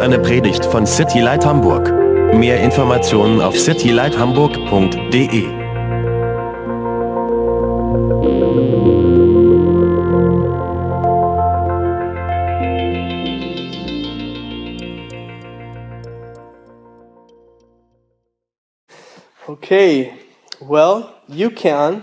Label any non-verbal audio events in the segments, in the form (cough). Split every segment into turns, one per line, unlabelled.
eine Predigt von City Light Hamburg. Mehr Informationen auf citylighthamburg.de.
Okay, well, you can,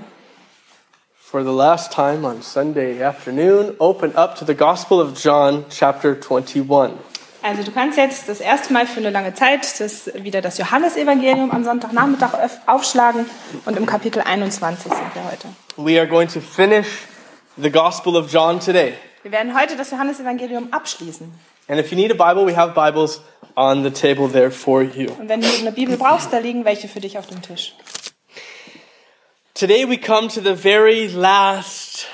for the last time on Sunday afternoon, open up to the Gospel of John, chapter 21.
Also du kannst jetzt das erste Mal für eine lange Zeit das, wieder das Johannesevangelium am Sonntagnachmittag öff- aufschlagen und im Kapitel 21 sind wir heute.
We are going to finish the Gospel of John today.
Wir werden heute das Johannesevangelium abschließen.
And if you need a Bible, we have Bibles on the table there for you.
Und wenn du eine Bibel brauchst, da liegen welche für dich auf dem Tisch.
Today we come to the very last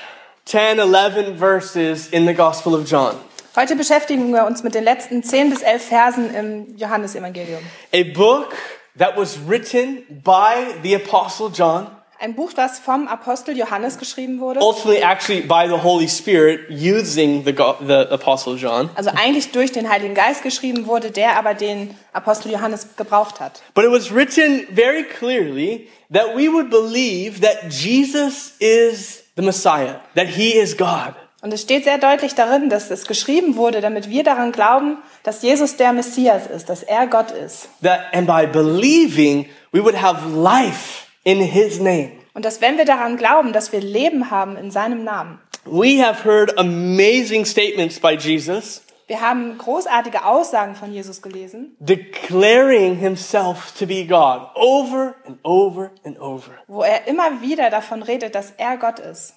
10, 11 verses in the Gospel of John.
Heute beschäftigen wir uns mit den letzten 10 bis 11 Versen im Johannesevangelium.
A book that was written by the Apostle John,
Ein Buch, das vom Apostel Johannes geschrieben wurde.
ultimately actually by the Holy Spirit using the, go- the Apostle John.
Also eigentlich durch den Heiligen Geist geschrieben wurde, der aber den Apostel Johannes gebraucht hat.
But it was written very clearly that we would believe that Jesus is the Messiah, that he is God.
Und es steht sehr deutlich darin, dass es geschrieben wurde, damit wir daran glauben, dass Jesus der Messias ist, dass er Gott ist.
That, and by believing, we would have life in his name.
Und dass wenn wir daran glauben, dass wir Leben haben in seinem Namen.
We have heard amazing statements by Jesus
Wir haben großartige Aussagen von Jesus gelesen,
declaring himself to be God over and over and over.
wo er immer wieder davon redet, dass er Gott ist.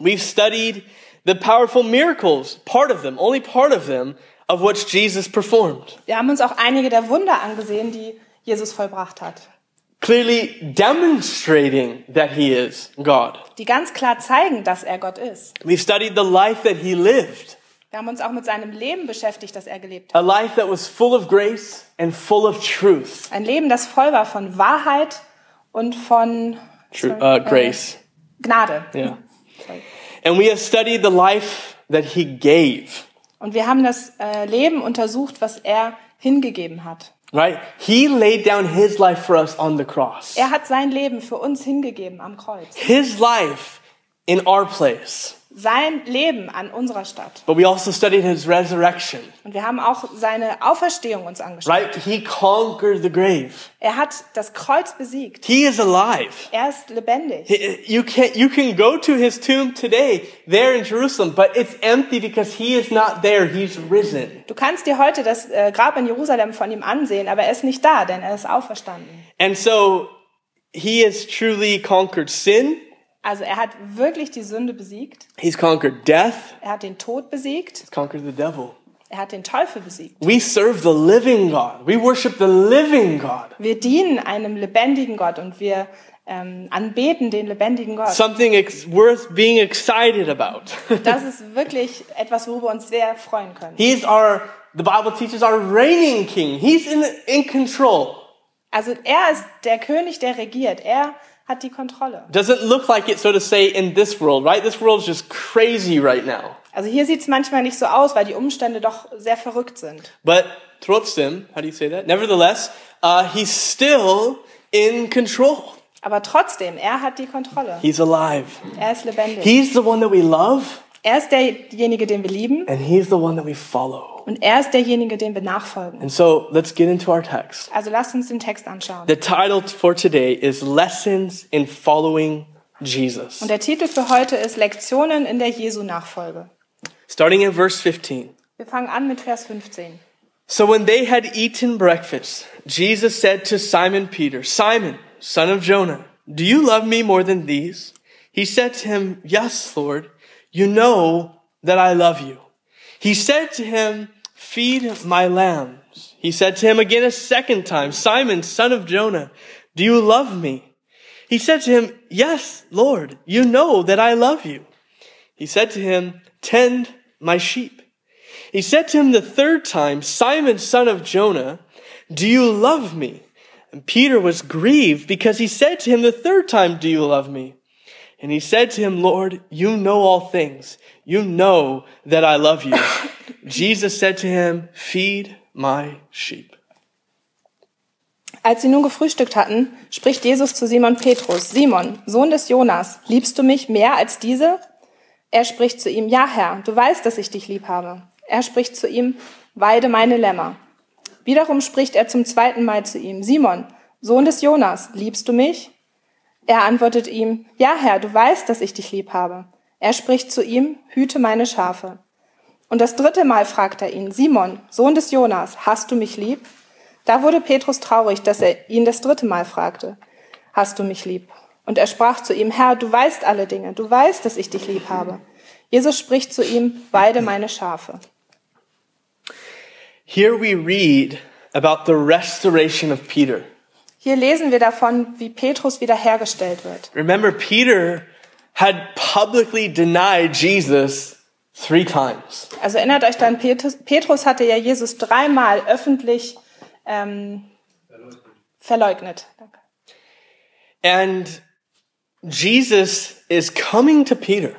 We've studied the powerful miracles, part of them, only part of them, of which Jesus performed.
Wir haben uns auch einige der Wunder angesehen, die Jesus vollbracht hat,
Clearly demonstrating that he is God.
die ganz klar zeigen, dass er Gott ist.
We've studied the life that he lived,
Wir haben uns auch mit seinem Leben beschäftigt, das er gelebt
a
hat.
life that was full of grace and full of truth.
Ein Leben, das voll war von Wahrheit und von
True, uh, grace.
Gnade.
Yeah. And we have studied the life that he gave.
Und wir haben das äh, Leben untersucht, was er hingegeben hat.
Right? He laid down his life for us on the cross.
Er hat sein Leben für uns hingegeben am Kreuz.
His life in our place.
Sein Leben an unserer Stadt.
But we also studied his resurrection,
Und wir haben auch seine Auferstehung uns angeschaut.
right? He conquered the grave.
Er hat das Kreuz besiegt.
He is alive.
Er ist lebendig.
He- You can, you can go to his tomb today there in Jerusalem, but it's empty because he is not there. He's risen.
Du kannst dir heute das äh, Grab in Jerusalem von ihm ansehen, aber er ist nicht da, denn er ist auferstanden.
And so he has truly conquered sin.
Also er hat wirklich die Sünde besiegt.
He's conquered death.
Er hat den Tod besiegt.
He's conquered the devil.
Er hat den Teufel besiegt.
We serve the living God. We worship the living God.
Wir dienen einem lebendigen Gott und wir ähm, anbeten den lebendigen Gott.
Something ex- worth being excited about. (laughs)
Das ist wirklich etwas, worüber wir uns sehr freuen können.
He's our, the Bible teaches, our reigning king. He's in, in control.
Also er ist der König, der regiert. Er hat die Kontrolle.
Doesn't look like it, so to say, in this world, right? This world's just crazy right now.
Also hier sieht es manchmal nicht so aus, weil die Umstände doch sehr verrückt sind.
But trotzdem, how do you say that? Nevertheless, uh, he's still in control.
Aber trotzdem, er hat die Kontrolle.
He's alive.
Er ist lebendig.
He's the one that we love,
Er ist derjenige, den wir lieben.
and he's the one that we follow.
Und er ist derjenige, den wir nachfolgen.
And so let's get into our text.
Also lasst uns den Text anschauen.
The title for today is Lessons in Following Jesus.
Und der Titel für heute ist Lektionen in der Jesu-Nachfolge.
Starting in verse 15.
Wir fangen an mit Vers 15.
So when they had eaten breakfast, Jesus said to Simon Peter, Simon, son of Jonah, do you love me more than these? He said to him, Yes, Lord, you know that I love you. He said to him, Feed my lambs. He said to him again a second time, Simon, son of Jonah, do you love me? He said to him, Yes, Lord, you know that I love you. He said to him, Tend my sheep. He said to him the third time, Simon, son of Jonah, do you love me? And Peter was grieved because he said to him the third time, Do you love me? And he said to him, Lord, you know all things. You know that I love you. Jesus said to him, Feed my sheep.
Als sie nun gefrühstückt hatten, spricht Jesus zu Simon Petrus, Simon, Sohn des Jonas, liebst du mich mehr als diese? Er spricht zu ihm, ja Herr, du weißt, dass ich dich lieb habe. Er spricht zu ihm, weide meine Lämmer. Wiederum spricht er zum zweiten Mal zu ihm, Simon, Sohn des Jonas, liebst du mich? Er antwortet ihm, ja Herr, du weißt, dass ich dich lieb habe. Er spricht zu ihm, hüte meine Schafe. Und das dritte Mal fragt er ihn, Simon, Sohn des Jonas, hast du mich lieb? Da wurde Petrus traurig, dass er ihn das dritte Mal fragte, hast du mich lieb? Und er sprach zu ihm, Herr, du weißt alle Dinge, du weißt, dass ich dich lieb habe. Jesus spricht zu ihm, weide meine Schafe.
Here we read about the restoration of Peter.
Hier lesen wir davon, wie Petrus wiederhergestellt wird.
Remember, Peter had publicly denied Jesus three times.
Also erinnert euch dann, Petrus, Petrus hatte ja Jesus dreimal öffentlich ähm, verleugnet. Danke.
And Jesus is coming to Peter.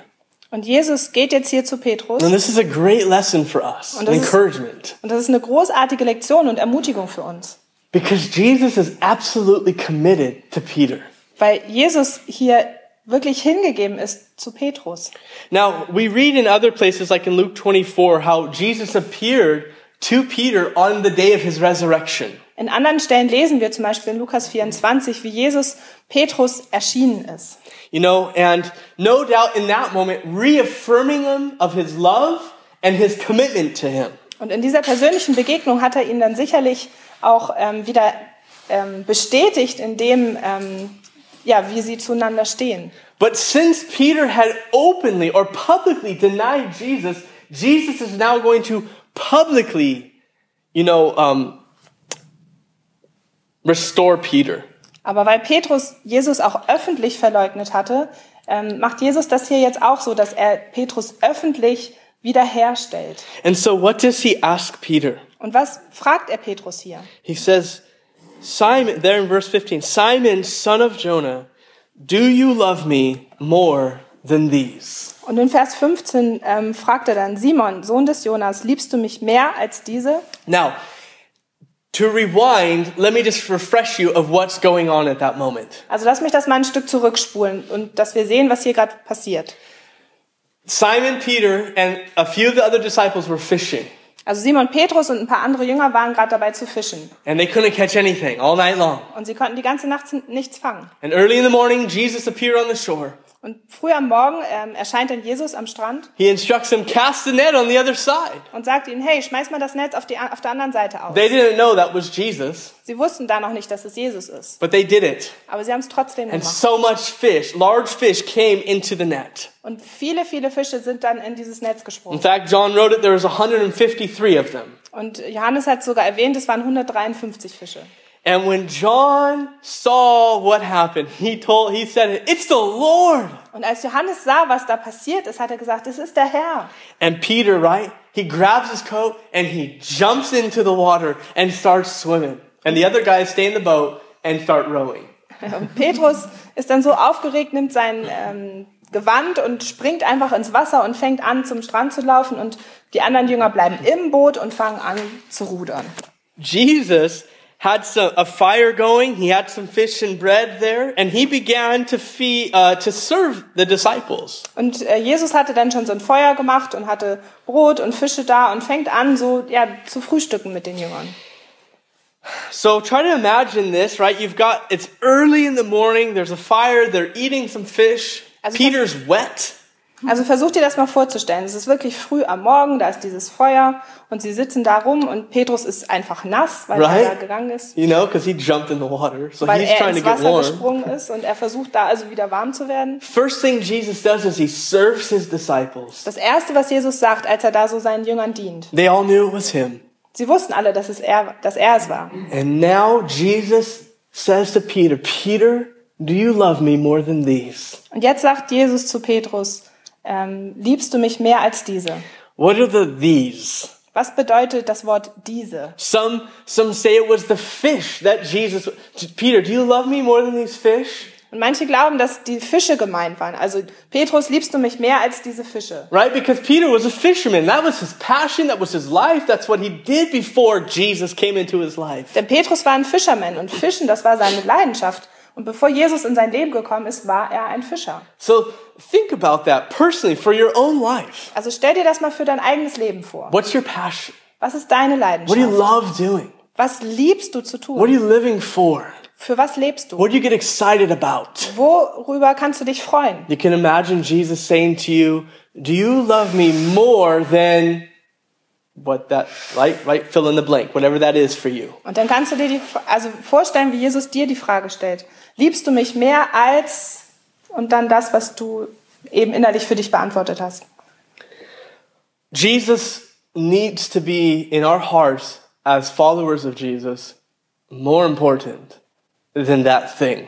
Und Jesus geht jetzt hier zu Petrus.
And this is a great lesson for us, an
Und das ist-
encouragement.
Und das ist eine großartige Lektion und Ermutigung für uns.
Because Jesus is absolutely committed to Peter.
Weil Jesus hier wirklich hingegeben ist zu Petrus.
Now, we read in other places, like in Luke 24, how Jesus appeared to Peter on the day of his resurrection.
In anderen Stellen lesen wir zum Beispiel in Lukas 24, wie Jesus Petrus erschienen ist.
You know, and no doubt in that moment, reaffirming him of his love and his commitment to him.
Und in dieser persönlichen Begegnung hat er ihn dann sicherlich auch ähm, wieder ähm, bestätigt, in dem, ähm, ja, wie sie zueinander stehen.
But since Peter had openly or publicly denied Jesus, Jesus is now going to publicly, you know, um, restore Peter.
Aber weil Petrus Jesus auch öffentlich verleugnet hatte, ähm, macht Jesus das hier jetzt auch so, dass er Petrus öffentlich wiederherstellt.
And so, what does he ask Peter?
Und was fragt er Petrus hier?
He says, Simon, there in verse 15, Simon, son of Jonah, do you love me more than these?
Und in Vers 15 ähm, fragt er dann, Simon, Sohn des Jonas, liebst du mich mehr als diese?
Now, to rewind, let me just refresh you of what's going on at that moment.
Also lass mich das mal ein Stück zurückspulen und dass wir sehen, was hier gerade passiert.
Simon Peter and a few of the other disciples were fishing,
Also Simon Petrus und ein paar andere Jünger waren gerade dabei zu fischen
and they couldn't catch anything all night long.
und sie konnten die ganze Nacht nichts fangen.
And early in the morning, Jesus appeared on the shore.
Und früh am Morgen ähm, erscheint dann Jesus am Strand
He instructs them, cast the net on the other side.
und sagt ihnen, hey, schmeiß mal das Netz auf, die, an- auf der anderen Seite aus.
They didn't know that was Jesus,
Sie wussten da noch nicht, dass es Jesus ist,
but they did it.
aber sie haben es trotzdem
And
gemacht.
so much fish, large fish, came into the net.
Und viele, viele Fische sind dann in dieses Netz
In
gesprungen.
fact, John wrote it, there was 153 of them.
Und Johannes hat sogar erwähnt, es waren 153 Fische.
And when John saw what happened, he told, he said, it's the Lord.
Und als Johannes sah, was da passiert ist, hat er gesagt, es ist der Herr.
And Peter, right? He grabs his coat and he jumps into the water and starts swimming. And the other guys stay in the boat and start rowing.
Und Ähm, Petrus ist dann so aufgeregt, nimmt sein ähm, Gewand und springt einfach ins Wasser und fängt an, zum Strand zu laufen. Und die anderen Jünger bleiben im Boot und fangen an zu rudern.
Jesus had some, a fire going. He had some fish and bread there and he began to feed, uh, to serve the disciples.
Und äh, Jesus hatte dann schon so ein Feuer gemacht und hatte Brot und Fische da und fängt an, so ja, zu frühstücken mit den Jüngern.
So try to imagine this, right? You've got, it's early in the morning. There's a fire. They're eating some fish.
As a-
Peter's wet.
Also versucht dir das mal vorzustellen. Es ist wirklich früh am Morgen, da ist dieses Feuer und sie sitzen da rum und Petrus ist einfach nass, weil er da
Right?
gegangen ist.
You know, because he jumped in the water, so
weil
he's
er
trying to
ins
get
Wasser
warm.
gesprungen ist und er versucht da also wieder warm zu werden.
First thing Jesus does is he serves his disciples.
Das erste, was Jesus sagt, als er da so seinen Jüngern dient.
They all knew it was him.
Sie wussten alle, dass es er, dass er es war.
And now Jesus says to Peter, Peter, do you love me more than these?
Und jetzt sagt Jesus zu Petrus, ähm, liebst du mich mehr als diese?
What are the these?
Was bedeutet das Wort diese?
Some some say it was the fish that Jesus Peter, do you love me more than these fish?
Und manche glauben, dass die Fische gemeint waren. Also Petrus, liebst du mich mehr als diese Fische?
Right? Because Peter was a fisherman. That was his passion. That was his life. That's what he did before Jesus came into his life.
Denn Petrus war ein Fischermann und Fischen, das war seine Leidenschaft. Und bevor Jesus in sein Leben gekommen ist, war er ein Fischer.
So think about that personally for your own life.
Also stell dir das mal für dein eigenes Leben vor.
What's your passion?
Was ist deine
What do you
Leidenschaft?
love doing?
Was liebst du zu
What are
tun?
you living for?
Für was lebst du?
What do you get excited about?
Worüber kannst du dich freuen?
You can imagine Jesus saying to you, "Do you love me more than what that right right fill in the blank, whatever that is for you?"
Und dann kannst du dir die, also vorstellen, wie Jesus dir die Frage stellt. Liebst du mich mehr als und dann das, was du eben innerlich für dich beantwortet hast.
Jesus needs to be in our hearts as followers of Jesus more important than that thing.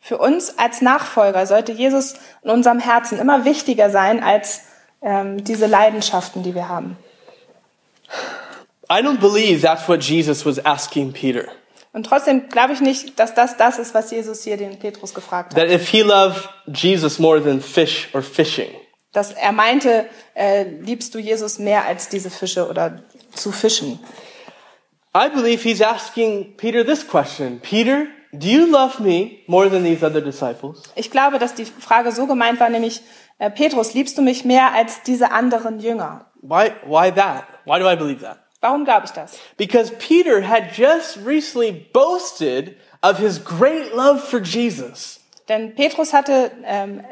Für uns als Nachfolger sollte Jesus in unserem Herzen immer wichtiger sein als ähm, diese Leidenschaften, die wir haben.
I don't believe that's what Jesus was asking Peter.
Und trotzdem glaube ich nicht, dass das das ist, was Jesus hier den Petrus gefragt hat.
That if he loved Jesus more than fish or fishing,
Dass er meinte, äh, liebst du Jesus mehr als diese Fische oder zu fischen?
I believe he's asking Peter this question Peter, do you love me more than these other disciples?
Ich glaube, dass die Frage so gemeint war, nämlich, äh, Petrus, liebst du mich mehr als diese anderen Jünger?
Why, why that? Why do I believe that?
Warum glaube ich das?
Because Peter had just recently boasted of his great love for Jesus.
Denn Petrus hatte ähm,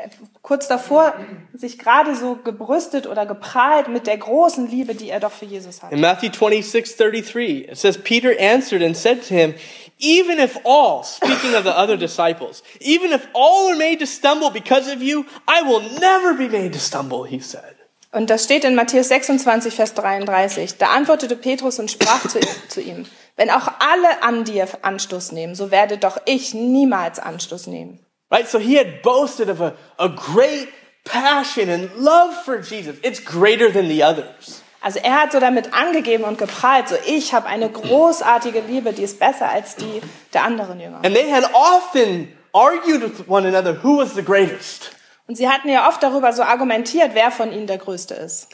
kurz davor sich gerade so gebrüstet oder geprahlt mit der großen Liebe, die er doch für Jesus hat.
In Matthew 26, 33, it says, Peter answered and said to him, Even if all, speaking of the other disciples, even if all are made to stumble because of you, I will never be made to stumble, he said.
Und das steht in Matthäus 26, Vers 33. Da antwortete Petrus und sprach zu, zu ihm, wenn auch alle an dir Anstoß nehmen, so werde doch ich niemals Anstoß nehmen.
Right? So he had boasted of a, a great passion and love for Jesus. It's greater than the others.
Also er hat so damit angegeben und geprahlt, so ich habe eine großartige Liebe, die ist besser als die der anderen Jünger.
And they had often argued with one another who was the greatest.
Und sie hatten ja oft darüber so argumentiert, wer von ihnen der Größte ist.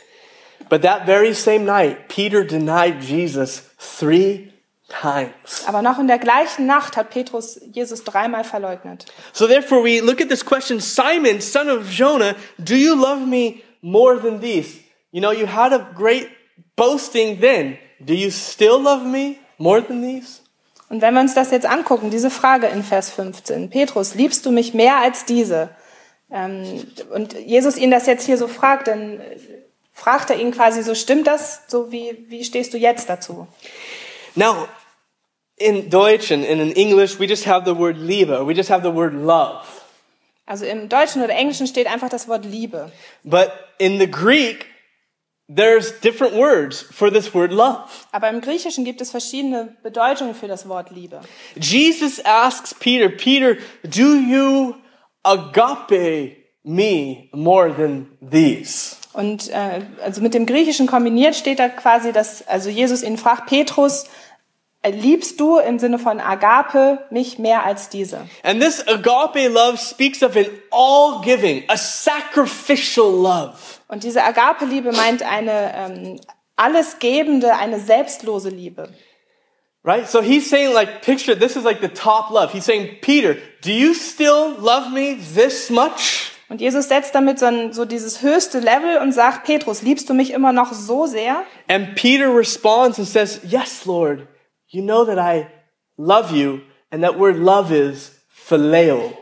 But that very same night, Peter denied Jesus three times.
Aber noch in der gleichen Nacht hat Petrus Jesus dreimal verleugnet.
So therefore, we look at this question Simon, son of Jonah, do you love me more than these? You know, you had a great boasting then. Do you still love me more than these?
Und wenn wir uns das jetzt angucken, diese Frage in Vers 15, Petrus, liebst du mich mehr als diese? Ähm, und Jesus ihn das jetzt hier so fragt, dann äh, fragt er ihn quasi so, stimmt das? So wie, wie stehst du jetzt dazu?
Now, in Deutsch and in English, we just have the word Liebe, we just have the word love.
Also im Deutschen oder Englischen steht einfach das Wort Liebe.
But in the Greek, there's different words for this word love.
Aber im Griechischen gibt es verschiedene Bedeutungen für das Wort Liebe.
Jesus asks Peter, Peter, do you agape me more than these?
Und äh, also mit dem Griechischen kombiniert steht da quasi, dass also Jesus ihn fragt, Petrus, äh, liebst du im Sinne von Agape mich mehr als diese?
And this agape love speaks of an all giving, a sacrificial love.
Und diese Agape-Liebe meint eine ähm, allesgebende, eine selbstlose Liebe.
Right? So he's saying, like, picture this is like the top love. He's saying, Peter, do you still love me this much?
Und Jesus setzt damit so, ein, so dieses höchste Level und sagt, Petrus, liebst du mich immer noch so sehr?
And Peter responds and says, Yes, Lord, you know that I love you. And that word love is phileo.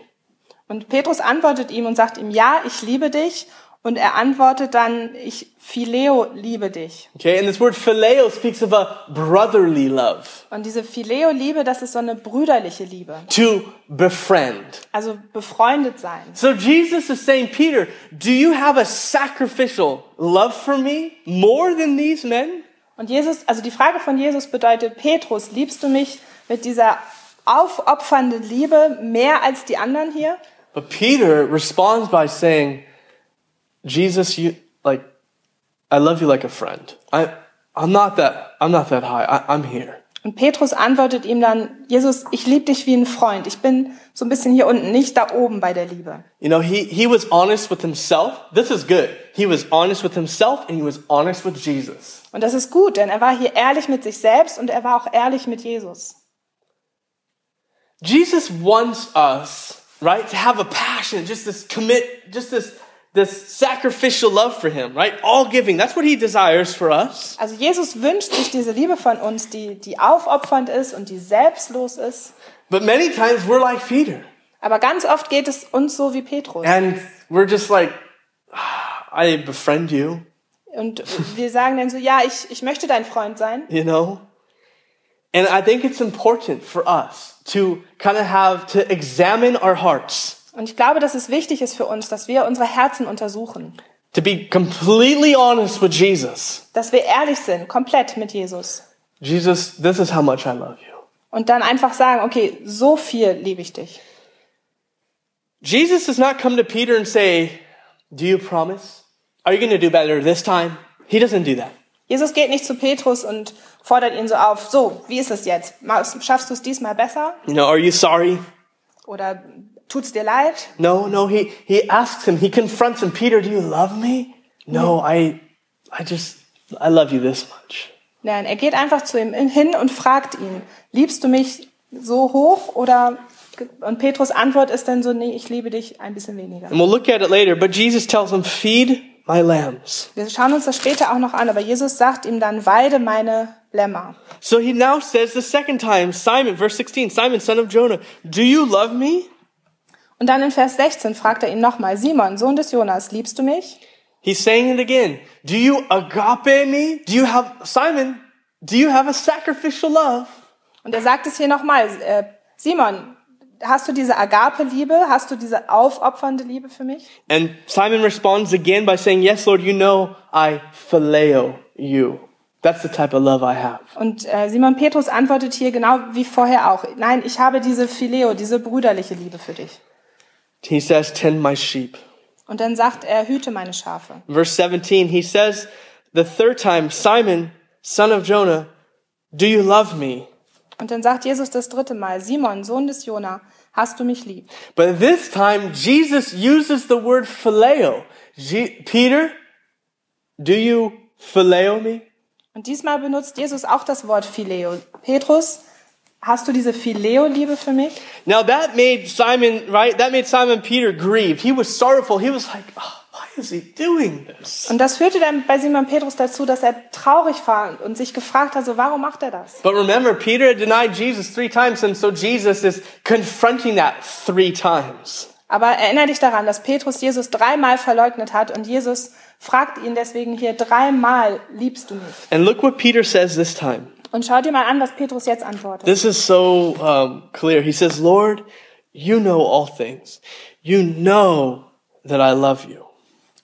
Und Petrus antwortet ihm und sagt ihm, ja, ich liebe dich. Und er antwortet dann, ich, Phileo, liebe dich.
Okay, and this word phileo speaks of a brotherly love,
Und diese Phileo-Liebe, das ist so eine brüderliche Liebe.
to befriend.
Also befreundet sein.
So Jesus is saying, Peter, do you have a sacrificial love for me more than these men?
Und Jesus, also die Frage von Jesus bedeutet, Petrus, liebst du mich mit dieser aufopfernden Liebe mehr als die anderen hier?
But Peter responds by saying, Jesus, you like, I love you like a friend. I, I'm not that, I'm not that high. I, I'm here.
Und Petrus antwortet ihm dann, Jesus, ich liebe dich wie ein Freund. Ich bin so ein bisschen hier unten, nicht da oben bei der Liebe.
You know, he, he was honest with himself. This is good. He was honest with himself and he was honest with Jesus.
Und das ist gut, denn er war hier ehrlich mit sich selbst und er war auch ehrlich mit Jesus.
Jesus wants us, right, to have a passion, just this commit, just this, this sacrificial love for him, right? All giving. That's what he desires for us.
Also Jesus wünscht sich diese Liebe von uns, die, die aufopfernd ist und die selbstlos ist.
But many times we're like Peter
Aber ganz oft geht es uns so wie Petrus.
and we're just like, "Ah, I befriend you,
Und wir sagen dann so, ja, ich, ich möchte dein Freund sein.
you know? And I think it's important for us to kind of have, to examine our hearts.
Und ich glaube, dass es wichtig ist für uns, dass wir unsere Herzen untersuchen.
to be completely honest with Jesus.
Dass wir ehrlich sind, komplett mit Jesus.
Jesus, this is how much I love you.
Und dann einfach sagen, okay, so viel liebe ich dich.
Jesus does not come to Peter and say, Do you promise? Are you going to do better this time? He doesn't do that.
Jesus geht nicht zu Petrus und fordert ihn so auf, so, wie ist es jetzt? Machst- Schaffst du es diesmal besser?
You know, are you sorry?
Oder tut's dir leid?
No, no, he, he asks him, he confronts him, Peter, do you love me? No, I, I just, I love you this much.
Nein, er geht einfach zu ihm hin und fragt ihn, liebst du mich so hoch oder und Petrus Antwort ist dann so, nee, ich liebe dich ein bisschen weniger.
And we'll look at it later, but Jesus tells him, feed my lambs.
Wir schauen uns das später auch noch an, aber Jesus sagt ihm dann, weide meine Lämmer.
So he now says the second time, Simon, verse 16, Simon, son of Jonah, do you love me?
Und dann in Vers 16 fragt er ihn nochmal, Simon, Sohn des Jonas, liebst du mich?
He's saying it again. Do you agape me? Do you have, Simon, do you have a sacrificial love?
Und er sagt es hier nochmal, äh, Simon, hast du diese Agape-Liebe? Hast du diese aufopfernde Liebe für mich?
And Simon responds again by saying, Yes, Lord, you know I phileo you. That's the type of love I have.
Und äh, Simon Petrus antwortet hier genau wie vorher auch, nein, ich habe diese Phileo, diese brüderliche Liebe für dich.
He says, Tend my sheep.
Und dann sagt er, hüte meine Schafe.
Verse 17, he says the third time, Simon, son of Jonah, do you love me?
Und dann sagt Jesus das dritte Mal, Simon, Sohn des Jona, hast du mich lieb?
But this time, Jesus uses the word phileo. Je- Peter, do you phileo me?
Und diesmal benutzt Jesus auch das Wort Phileo. Petrus, hast du diese Phileo-Liebe für mich?
Now that made Simon, right? That made Simon Peter grieve. He was sorrowful. He was like, oh, why is he doing this?
Und das führte dann bei Simon Petrus dazu, dass er traurig war und sich gefragt hat, so, warum macht er das?
But remember, Peter had denied Jesus three times, and so Jesus is confronting that three times.
Aber erinnere dich daran, dass Petrus Jesus dreimal verleugnet hat und Jesus fragt ihn deswegen hier dreimal, liebst du mich?
And look what Peter says this time.
Und schau dir mal an, was Petrus jetzt antwortet.
This is so um, clear. He says, Lord, you know all things. You know that I love you.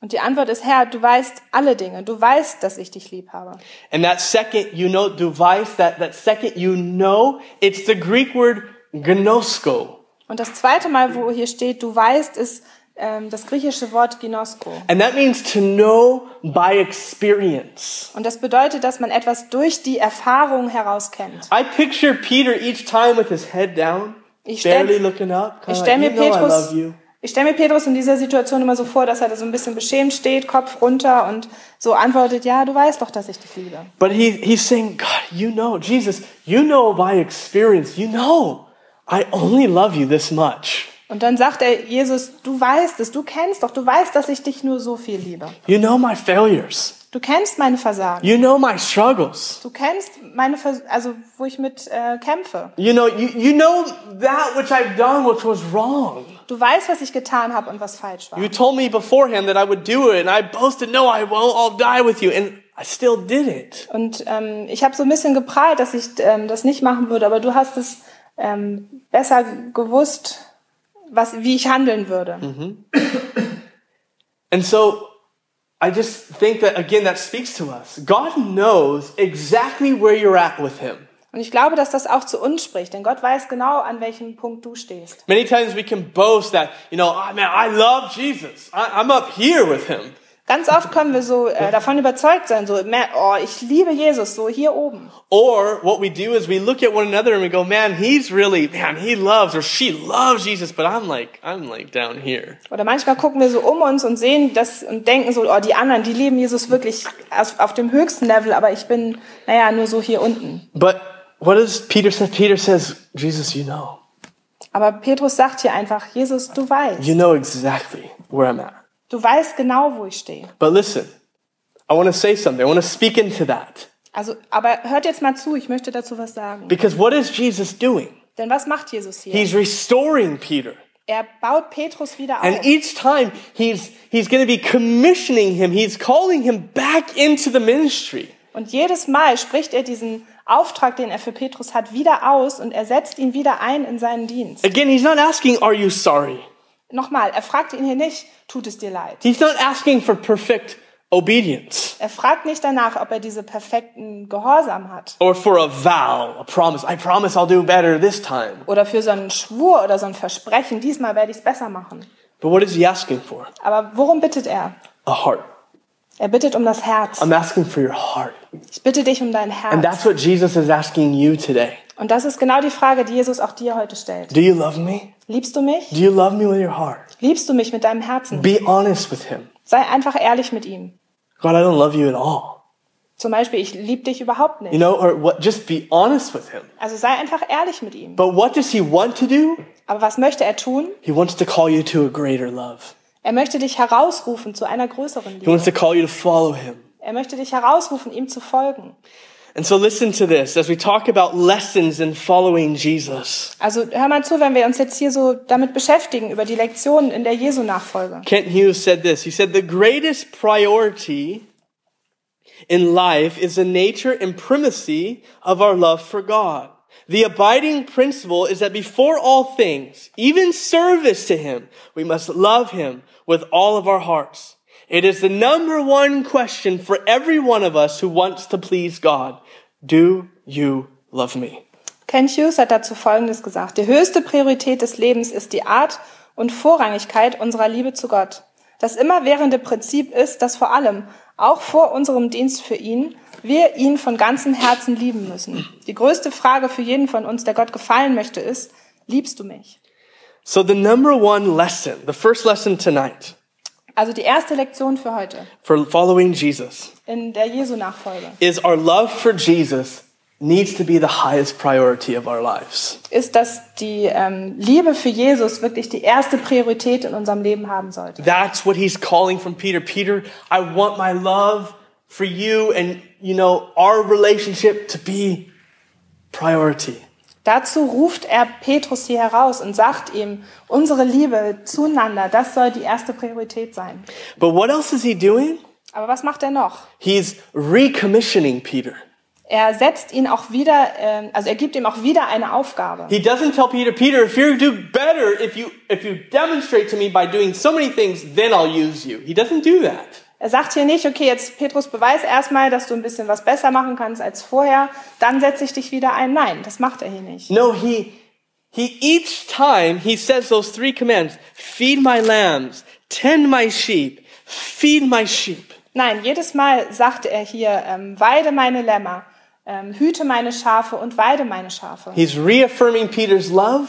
Und die Antwort ist, Herr, du weißt alle Dinge. Du weißt, dass ich dich lieb habe.
And that second, you know, device, that, that second, you know, it's the Greek word gnosko.
Und das zweite Mal, wo hier steht, du weißt, ist ähm, das griechische Wort ginosko.
And that means to know by experience.
Und das bedeutet, dass man etwas durch die Erfahrung herauskennt.
I picture Peter each time with his head down,
Ich stell-
barely looking up.
Ich
kinda
stelle mir,
like, you know I
Petrus,
love you.
ich stell mir Petrus in dieser Situation immer so vor, dass er da so ein bisschen beschämt steht, Kopf runter und so antwortet, ja, du weißt doch, dass ich dich liebe.
But he, he's saying, God, you know, Jesus, you know by experience, you know, I only love you this much.
Und dann sagt er, Jesus, du weißt es, du kennst doch, du weißt, dass ich dich nur so viel liebe.
You know my failures.
Du kennst meine Versagen.
You know my struggles.
Du kennst meine, Vers also wo ich mit äh, kämpfe.
You know, you, you know that which I've done, which was wrong.
Du weißt, was ich getan habe und was falsch war.
You told me beforehand that I would do it, and I boasted, no, I won't, I'll die with you. And I still did it.
Und ähm, ich habe so ein bisschen geprahlt, dass ich ähm, das nicht machen würde, aber du hast es ähm, besser gewusst, was, wie ich handeln würde.
And so I just think that, again, that speaks to us. God knows exactly where you're at with Him.
Und ich glaube, dass das auch zu uns spricht, denn Gott weiß genau, an welchem Punkt du stehst.
"Ah, Many times we can boast that, you know, oh, man, I love Jesus. I, I'm up here with Him.
Ganz oft können wir so äh, davon überzeugt sein, so, "Man, oh, ich liebe Jesus, so hier oben.
Or what we do is we look at one another and we go, man, he's really, man, he loves or she loves Jesus, but I'm like, I'm like down here.
Oder manchmal gucken wir so um uns und sehen das und denken so, oh, die anderen, die lieben Jesus wirklich auf, auf dem höchsten Level, aber ich bin, naja, nur so hier unten.
But what does Peter say? Peter says, Jesus, you know,
Aber Petrus sagt hier einfach, Jesus, du
you
weißt.
know exactly where I'm at.
Du weißt genau, wo ich stehe.
But listen, I want to say something. I want to speak into that.
Also, aber hört jetzt mal zu, ich möchte dazu was sagen.
Because what is Jesus doing?
Denn was macht Jesus hier?
He's restoring Peter.
Er baut Petrus wieder auf.
And each time he's, he's going to be commissioning him. He's calling him back into the ministry.
Und jedes Mal spricht er diesen Auftrag, den er für Petrus hat, wieder aus und er setzt ihn wieder ein in seinen Dienst.
Again, he's not asking, are you sorry?
Nochmal, er fragt ihn hier nicht, tut es dir leid.
He's not asking for perfect obedience
Er fragt nicht danach, ob er diese perfekten Gehorsam hat
or for a vow, a promise. I promise I'll do better this time.
oder für so einen Schwur oder so ein Versprechen, diesmal werde ich es besser machen.
But what is he asking for?
Aber worum bittet er?
A heart.
Er bittet um das Herz.
I'm asking for your heart.
Ich bitte dich um dein
And that's
Herz.
what Jesus is asking you today.
Und das ist genau die Frage, die Jesus auch dir heute stellt.
Do you love me?
Liebst du mich?
Do you love me with your heart?
Liebst du mich mit deinem Herzen?
Be honest with him.
Sei einfach ehrlich mit ihm.
God, I don't love you at all.
Zum Beispiel, ich liebe dich überhaupt
You
nicht.
know, or what, just be honest with him.
Also sei einfach ehrlich mit ihm.
But what does he want to do?
Aber was möchte er tun?
He wants to call you to a greater love.
Er möchte dich herausrufen zu einer größeren
He wants
Liebe.
to call you to follow him.
Er möchte dich herausrufen, ihm zu folgen.
And so listen to this as we talk about lessons in following Jesus.
Also hör mal zu, wenn wir uns jetzt hier so damit beschäftigen, über die Lektionen in der Jesu-Nachfolge.
Kent Hughes said this. He said, The greatest priority in life is the nature and primacy of our love for God. The abiding principle is that before all things, even service to Him, we must love Him with all of our hearts. It is the number one question for every one of us who wants to please God. Do you love me?
Ken Hughes hat dazu Folgendes gesagt. Die höchste Priorität des Lebens ist die Art und Vorrangigkeit unserer Liebe zu Gott. Das immerwährende Prinzip ist, dass vor allem, auch vor unserem Dienst für ihn, wir ihn von ganzem Herzen lieben müssen. Die größte Frage für jeden von uns, der Gott gefallen möchte, ist, liebst du mich?
So the number one lesson, the first lesson tonight
Also die erste Lektion für heute
for following Jesus
in der Jesu-Nachfolge
is our love for Jesus needs to be the highest priority of our lives.
ist, dass die ähm, Liebe für Jesus wirklich die erste Priorität in unserem Leben haben sollte.
That's what he's calling from Peter. Peter, I want my love for you and, you know, our relationship to be priority.
Dazu ruft er Petrus hier heraus und sagt ihm, unsere Liebe zueinander, das soll die erste Priorität sein.
But what else is he doing?
Aber was macht er noch?
He's recommissioning Peter.
Er setzt ihn auch wieder, ähm, also er gibt ihm auch wieder eine Aufgabe.
He doesn't tell Peter, Peter, if you do better, if you if you demonstrate to me by doing so many things, then I'll use you. He doesn't do that.
Er sagt hier nicht, okay, jetzt Petrus, beweis erstmal, dass du ein bisschen was besser machen kannst als vorher, dann setze ich dich wieder ein. Nein, das macht er hier nicht.
No, he he each time he says those three commands: feed my lambs, tend my sheep, feed my sheep.
Nein, jedes Mal sagt er hier, ähm, weide meine Lämmer, ähm, hüte meine Schafe und weide meine Schafe.
He's reaffirming Peter's love,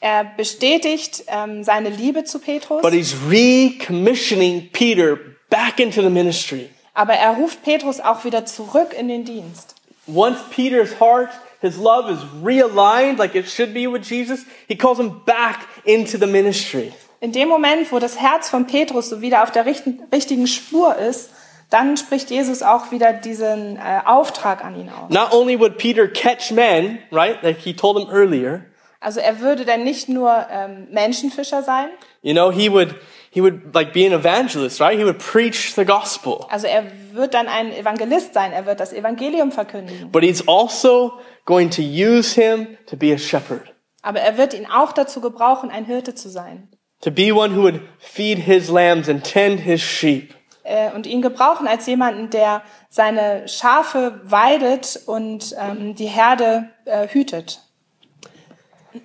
Er bestätigt ähm, seine Liebe zu Petrus.
but he's recommissioning Peter back into the ministry.
Aber er ruft Petrus auch wieder zurück in den Dienst.
Once Peter's heart, his love is realigned like it should be with Jesus, he calls him back into the ministry.
In dem Moment, wo das Herz von Petrus so wieder auf der richten, richtigen Spur ist, dann spricht Jesus auch wieder diesen äh, Auftrag an ihn aus.
Not only would Peter catch men, right, like he told him earlier,
Also er würde dann nicht nur ähm, Menschenfischer sein,
you know, he would he would like be an evangelist, right? He would preach the gospel.
also er wird dann ein Evangelist sein, er wird das Evangelium verkündigen.
But he's also going to use him to be a shepherd,
Aber er wird ihn auch dazu gebrauchen, ein Hirte zu sein.
to be one who would feed his lambs and tend his sheep.
Äh, und ihn gebrauchen als jemanden, der seine Schafe weidet und ähm, die Herde äh, hütet.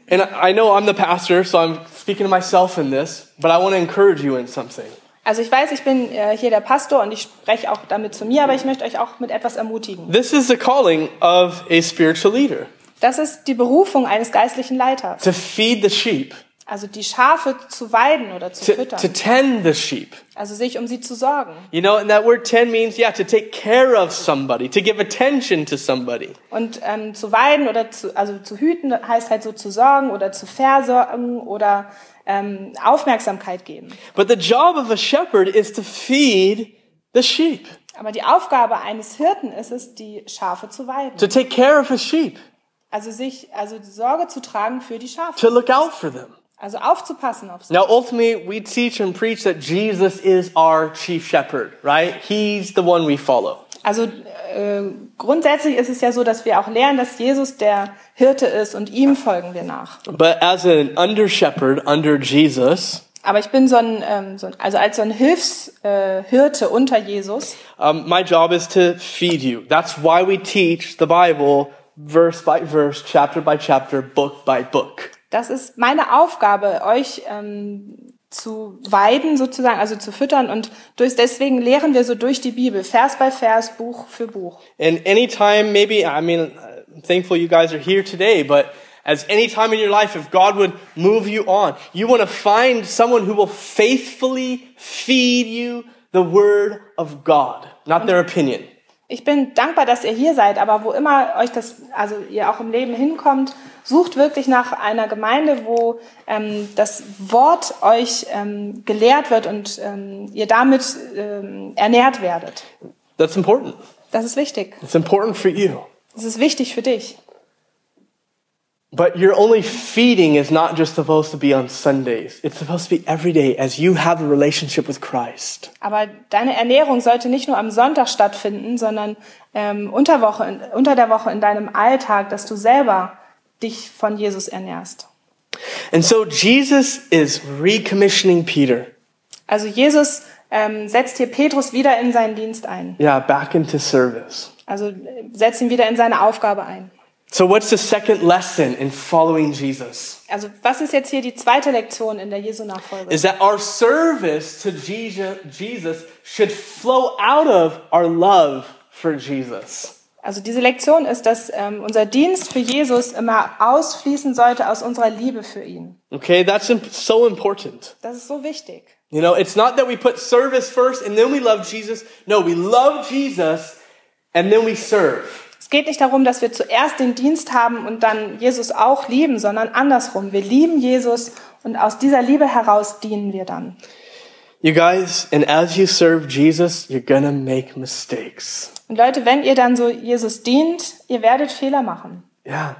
And I I know I'm the pastor, so I'm speaking to myself in this, but I want to encourage you in something.
Also ich weiß, ich bin äh, hier der Pastor und ich spreche auch damit zu mir, aber ich möchte euch auch mit etwas ermutigen.
This is the calling of a spiritual leader
Das ist die Berufung eines geistlichen Leiters.
to feed the sheep,
Also die Schafe zu weiden oder zu
to, to
füttern.
tend the sheep.
Also sich um sie zu sorgen.
You know, and that word tend means, yeah, to take care of somebody, to give attention to somebody.
Und ähm, zu weiden oder zu, also zu hüten heißt halt so zu sorgen oder zu versorgen oder ähm, Aufmerksamkeit geben.
But the job of a shepherd is to feed the sheep,
Aber die Aufgabe eines Hirten ist es, die Schafe zu weiden.
to take care of his sheep,
Also sich, also die Sorge zu tragen für die Schafe.
to look out for them.
Also aufzupassen auf sie.
Now, ultimately, we teach and preach that Jesus is our chief shepherd, right? He's the one we follow.
Also äh, grundsätzlich ist es ja so, dass wir auch lernen, dass Jesus der Hirte ist und ihm folgen wir nach.
But as an under shepherd under Jesus,
Aber ich bin so ein, ähm, so ein also als so ein Hilfshirte äh, Hirte unter Jesus
um, my job is to feed you. That's why we teach the Bible verse by verse, chapter by chapter, book by book.
Das ist meine Aufgabe, euch ähm, zu weiden sozusagen, also zu füttern. Und durch, deswegen lehren wir so durch die Bibel, Vers bei Vers, Buch für Buch.
And anytime, maybe, I mean, I'm thankful you guys are here today, but as any time in your life, if God would move you on, you want to find someone who will faithfully feed you the word of God, not their opinion.
Ich bin dankbar, dass ihr hier seid, aber wo immer euch das, also ihr auch im Leben hinkommt, sucht wirklich nach einer Gemeinde, wo ähm, das Wort euch ähm, gelehrt wird und ähm, ihr damit ähm, ernährt werdet.
That's important.
Das ist wichtig.
It's important for you.
Das ist wichtig für dich.
But your only feeding is not just supposed to be on Sundays. It's supposed to be every day as you have a relationship with Christ.
Aber deine Ernährung sollte nicht nur am Sonntag stattfinden, sondern ähm, unter, Woche, unter der Woche in deinem Alltag, dass du selber dich von Jesus ernährst.
And so Jesus is recommissioning Peter.
Also Jesus ähm, setzt hier Petrus wieder in seinen Dienst ein.
Yeah, back into service.
Also äh, setzt ihn wieder in seine Aufgabe ein.
So what's the second lesson in following Jesus?
Also was ist jetzt hier die zweite Lektion in der Jesu-Nachfolge?
Is that our service to Jesus Jesus should flow out of our love for Jesus.
Also diese Lektion ist, dass ähm, unser Dienst für Jesus immer ausfließen sollte aus unserer Liebe für ihn.
Okay, that's imp- so important.
Das ist so wichtig.
You know, it's not that we put service first and then we love Jesus. No, we love Jesus and then we serve.
Es geht nicht darum, dass wir zuerst den Dienst haben und dann Jesus auch lieben, sondern andersrum. Wir lieben Jesus und aus dieser Liebe heraus dienen wir dann.
You guys, and as you serve Jesus, you're gonna make mistakes.
Und Leute, wenn ihr dann so Jesus dient, ihr werdet Fehler machen.
Yeah.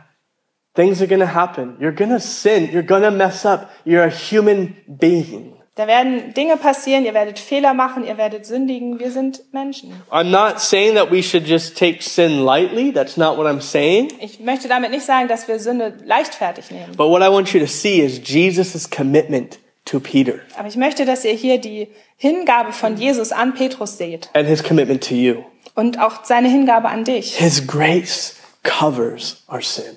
Things are gonna happen. You're gonna sin. You're gonna mess up. You're a human being.
Da werden Dinge passieren, ihr werdet Fehler machen, ihr werdet sündigen. Wir sind Menschen.
I'm not saying that we should just take sin lightly. That's not what I'm saying.
Ich möchte damit nicht sagen, dass wir Sünde leichtfertig nehmen.
But what I want you to see is Jesus' commitment to Peter
Aber ich möchte, dass ihr hier die Hingabe von Jesus an Petrus seht
and his commitment to you.
und auch seine Hingabe an dich.
His grace covers our sin.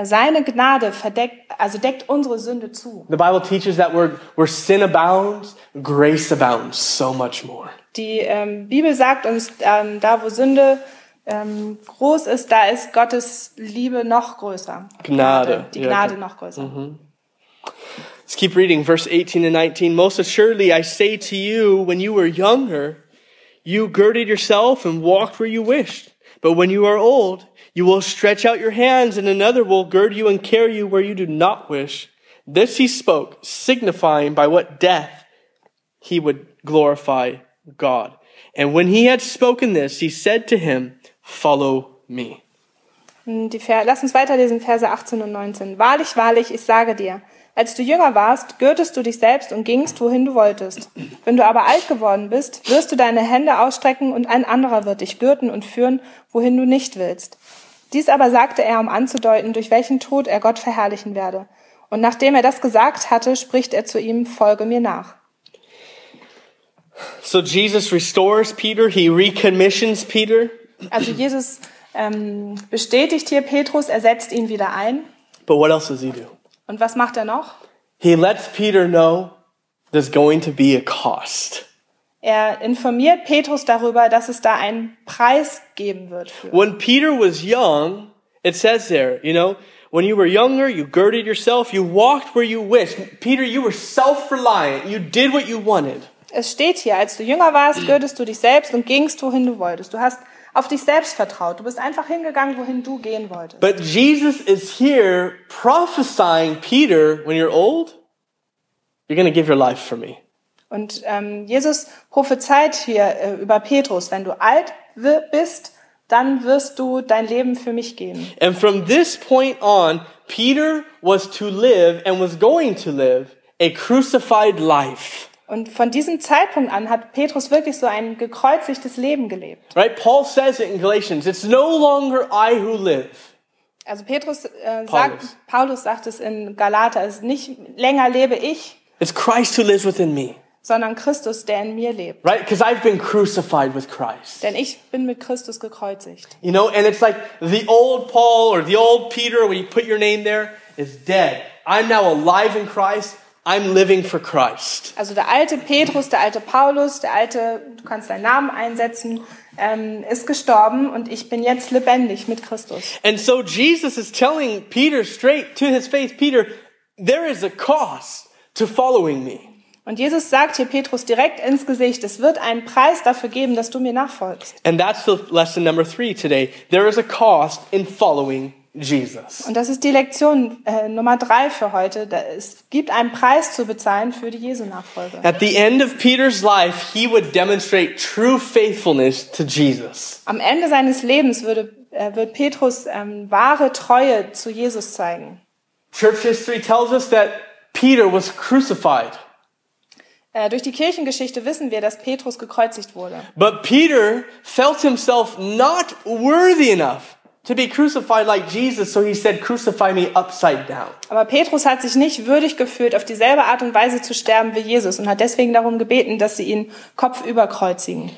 Seine Gnade verdeckt, also deckt unsere Sünde zu.
The Bible teaches that where, where sin abounds, grace abounds so much more.
Die ähm, Bibel sagt uns, ähm, da wo Sünde ähm, groß ist, da ist Gottes Liebe noch größer.
Gnade.
Die
Ja, Mhm.
Gnade
okay.
noch größer.
Let's keep reading verse 18 and 19. Most assuredly, I say to you, when you were younger, you girded yourself and walked where you wished. But when you are old, you will stretch out your hands and another will gird you and carry you where you do not wish. This he spoke, signifying by what death he would glorify God. And when he had spoken this, he said to him, follow me.
Und Die Ver Lass uns weiterlesen, Verse 18 und 19. Wahrlich, wahrlich, ich sage dir, als du jünger warst, gürtest du dich selbst und gingst, wohin du wolltest. Wenn du aber alt geworden bist, wirst du deine Hände ausstrecken und ein anderer wird dich gürten und führen, wohin du nicht willst. Dies aber sagte er, um anzudeuten, durch welchen Tod er Gott verherrlichen werde. Und nachdem er das gesagt hatte, spricht er zu ihm, folge mir nach.
So Jesus restores Peter. He recommissions Peter.
Also Jesus ähm, bestätigt hier Petrus, er setzt ihn wieder ein.
But what else does he do?
Und was macht er noch?
He lets Peter know there's going to be a cost.
Er informiert Petrus darüber, dass es da einen Preis geben wird. Für.
When Peter was young, it says there, you know, when you were younger, you girded yourself, you walked where you wished. Peter, you were self reliant, you did what you wanted.
Es steht hier, als du jünger warst, gürtest du dich selbst und gingst, wohin du wolltest. Du hast auf dich selbst vertraut. Du bist einfach hingegangen, wohin du gehen wolltest.
But Jesus is here prophesying Peter, when you're old, you're going to give your life for me.
Und ähm, Jesus prophezeit hier äh, über Petrus, wenn du alt wi- bist, dann wirst du dein Leben für mich geben.
And from this point on, Peter was to live and was going to live a crucified life.
Und von diesem Zeitpunkt an hat Petrus wirklich so ein gekreuzigtes Leben gelebt.
Right? Paul says it in Galatians. It's no longer I who live.
Also Petrus äh,
Paulus.
sagt, Paulus sagt es in Galater, es ist nicht länger lebe ich,
It's Christ who lives within me.
sondern Christus, der in mir lebt.
Right? Because I've been crucified with Christ.
Denn ich bin mit Christus gekreuzigt.
You know, and it's like the old Paul or the old Peter, when you put your name there, is dead. I'm now alive in Christ. I'm living for Christ.
Also der alte Petrus, der alte Paulus, der alte, du kannst deinen Namen einsetzen, ähm, ist gestorben und ich bin jetzt lebendig mit Christus.
And so Jesus is telling Peter straight to his face, Peter, there is a cost to following me.
Und Jesus sagt hier Petrus direkt ins Gesicht, es wird einen Preis dafür geben, dass du mir nachfolgst.
And that's the lesson number three today. There is a cost in following Jesus.
Und das ist die Lektion äh, Nummer drei für heute. Da, es gibt einen Preis zu bezahlen für die Jesu-Nachfolge.
At the end of Peter's life, he would demonstrate true faithfulness to Jesus.
Am Ende seines Lebens würde, äh, wird Petrus ähm, wahre Treue zu Jesus zeigen.
Church history tells us that Peter was crucified,
Äh, durch die Kirchengeschichte wissen wir, dass Petrus gekreuzigt wurde.
but Peter felt himself not worthy enough to be crucified like Jesus, so he said, Crucify me upside down.
Aber Petrus hat sich nicht würdig gefühlt, auf dieselbe Art und Weise zu sterben wie Jesus und hat deswegen darum gebeten, dass sie ihn kopfüber kreuzigen.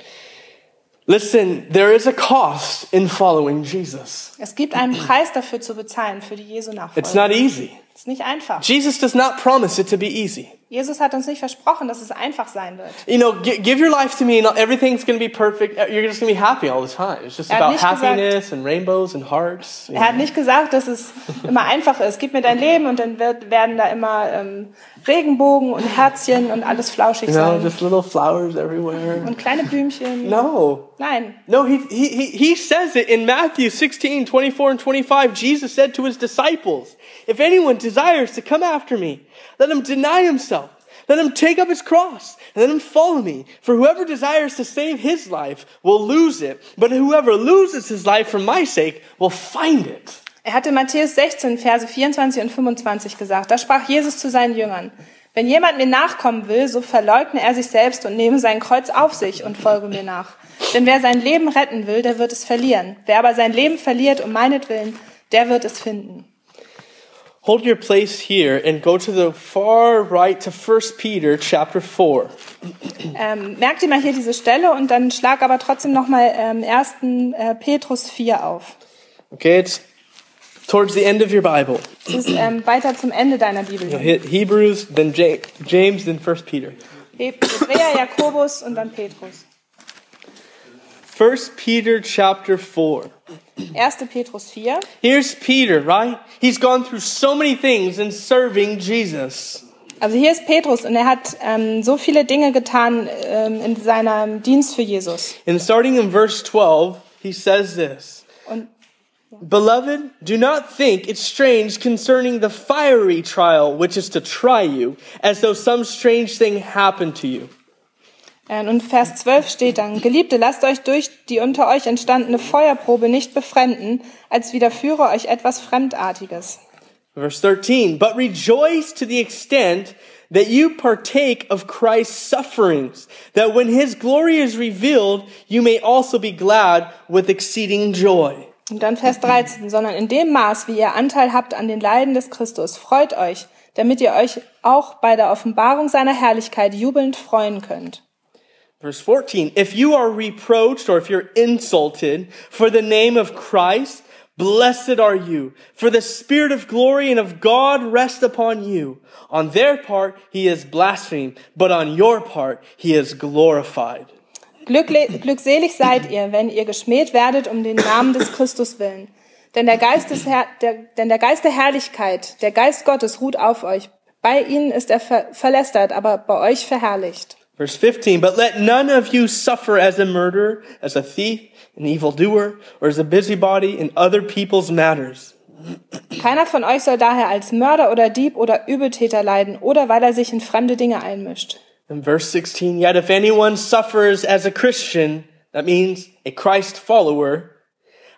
Listen, there is a cost in following Jesus.
Es gibt einen Preis dafür zu bezahlen, für die Jesu-Nachfolge.
It's not easy.
ist nicht einfach.
Jesus does not promise it to be easy.
Jesus hat uns nicht versprochen, dass es einfach sein wird.
you know, gi- give your life to me, and everything's going to be perfect. You're just going to be happy all the time. It's just
Er hat
about
nicht gesagt-
happiness and rainbows and hearts. you
Er hat nicht gesagt, dass es immer einfach ist. Gib mir dein Leben und dann wird, werden da immer ähm, Regenbogen und Herzchen und alles flauschig
know,
sein.
just little flowers everywhere.
Und kleine Blümchen.
Genau. No.
Nein.
No, he, he, he, he says it in Matthew 16, 24 and 25. Jesus said to his disciples, If anyone desires to come after me, let him deny himself. Let him take up his cross and let him follow me. For whoever desires to save his life will lose it, but whoever loses his life for my sake will find it.
Er hatte Matthäus 16, Verse 24 und 25 gesagt. Da sprach Jesus zu seinen Jüngern. Wenn jemand mir nachkommen will, so verleugne er sich selbst und nehme sein Kreuz auf sich und folge mir nach. Denn wer sein Leben retten will, der wird es verlieren. Wer aber sein Leben verliert um meinetwillen, der wird es finden.
Hold your place here and go to the far right to 1 Peter chapter 4.
Ähm, merk dir mal hier diese Stelle und dann schlag aber trotzdem nochmal ähm, 1. Äh, Petrus 4 auf.
Okay, it's towards the end of your Bible.
Das ist ähm, weiter zum Ende deiner Bibel.
You hit Hebrews, then Ja- James, then 1 Peter.
Hebräer, Jakobus und dann Petrus.
1 Peter chapter 4.
1. Petrus 4.
Here's Peter, right? He's gone through so many things in serving Jesus.
Also hier ist Petrus und er hat ähm, so viele Dinge getan ähm, in seinem Dienst für Jesus.
And starting in verse 12, he says this.
Und
Beloved, do not think it strange concerning the fiery trial which is to try you, as though some strange thing happened to you.
Äh, Und Vers 12 steht dann, Geliebte, lasst euch durch die unter euch entstandene Feuerprobe nicht befremden, als widerführe euch etwas Fremdartiges.
Verse 13, but rejoice to the extent that you partake of Christ's sufferings, that when his glory is revealed, you may also be glad with exceeding joy.
Und dann Vers 13, sondern in dem Maß, wie ihr Anteil habt an den Leiden des Christus, freut euch, damit ihr euch auch bei der Offenbarung seiner Herrlichkeit jubelnd freuen könnt.
Verse 14, if you are reproached or if you're insulted for the name of Christ, Blessed are you, for the Spirit of glory and of God rest upon you. On their part, he is blasphemed, but on your part, he is glorified.
Glückle glückselig seid ihr, wenn ihr geschmäht werdet um den Namen des Christus willen. Denn der, Geist des Herr, der, denn der Geist der Herrlichkeit, der Geist Gottes ruht auf euch. Bei ihnen ist er ver verlästert, aber bei euch verherrlicht.
Verse 15, but let none of you suffer as a murderer, as a thief, an evildoer, or as a busybody in other people's matters.
Keiner von euch soll daher als Mörder oder Dieb oder Übeltäter leiden oder weil er sich in fremde Dinge einmischt.
In verse 16, yet if anyone suffers as a Christian, that means a Christ follower,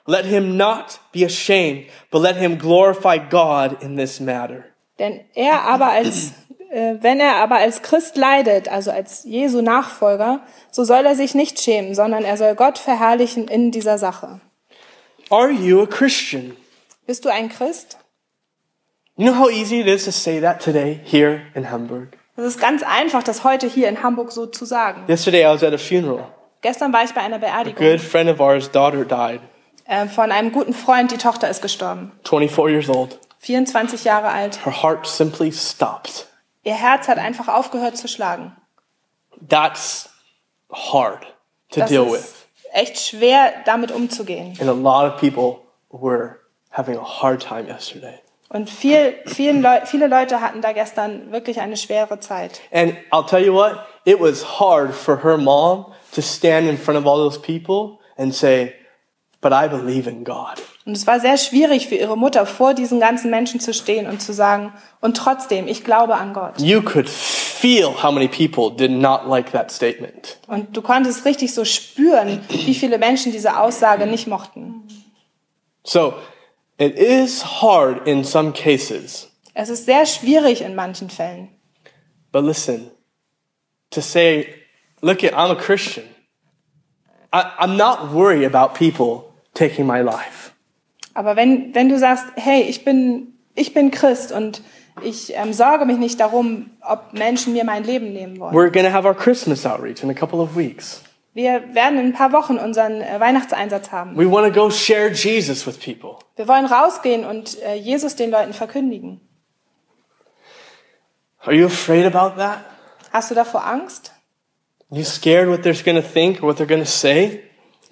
let him not be ashamed, but let him glorify God in this matter.
Denn er aber als, äh, wenn er aber als Christ leidet, also als Jesu Nachfolger, so soll er sich nicht schämen, sondern er soll Gott verherrlichen in dieser Sache.
Are you a Christian?
Bist du ein Christ?
You know how easy it is to say that today here in Hamburg?
Es ist ganz einfach, das heute hier in Hamburg so zu sagen.
Yesterday I was at a funeral.
Gestern war ich bei einer
A good
Beerdigung
friend of ours' daughter died,
äh, von einem guten Freund, die Tochter ist gestorben.
24 years old.
24 Jahre alt.
Her heart simply stopped.
Ihr Herz hat einfach aufgehört zu schlagen.
That's hard to
Das
deal with.
ist echt schwer, damit umzugehen.
And a lot of people were having a hard time yesterday.
Und viel, vielen Leu viele Leute hatten da gestern wirklich eine schwere Zeit.
And I'll tell you what, it was hard for her mom to stand in front of all those people and say, But I believe in God.
Und es war sehr schwierig für ihre Mutter, vor diesen ganzen Menschen zu stehen und zu sagen, und trotzdem, ich glaube an Gott.
You could feel how many people did not like that statement.
Und du konntest richtig so spüren, wie viele Menschen diese Aussage nicht mochten.
So it is hard in some cases.
Es ist sehr schwierig in manchen Fällen.
But listen, to say, look at, I'm a Christian. I, I'm not worried about people taking my life.
Aber wenn, wenn du sagst, hey, ich bin, ich bin Christ und ich ähm, sorge mich nicht darum, ob Menschen mir mein Leben nehmen wollen.
We're going to have our Christmas outreach in a couple of weeks.
Wir werden in ein paar Wochen unseren äh, Weihnachtseinsatz haben.
We want to go share Jesus with people.
Wir wollen rausgehen und äh, Jesus den Leuten verkündigen.
Are you afraid about that?
Hast du davor Angst?
You scared what they're going to think or what they're going to say?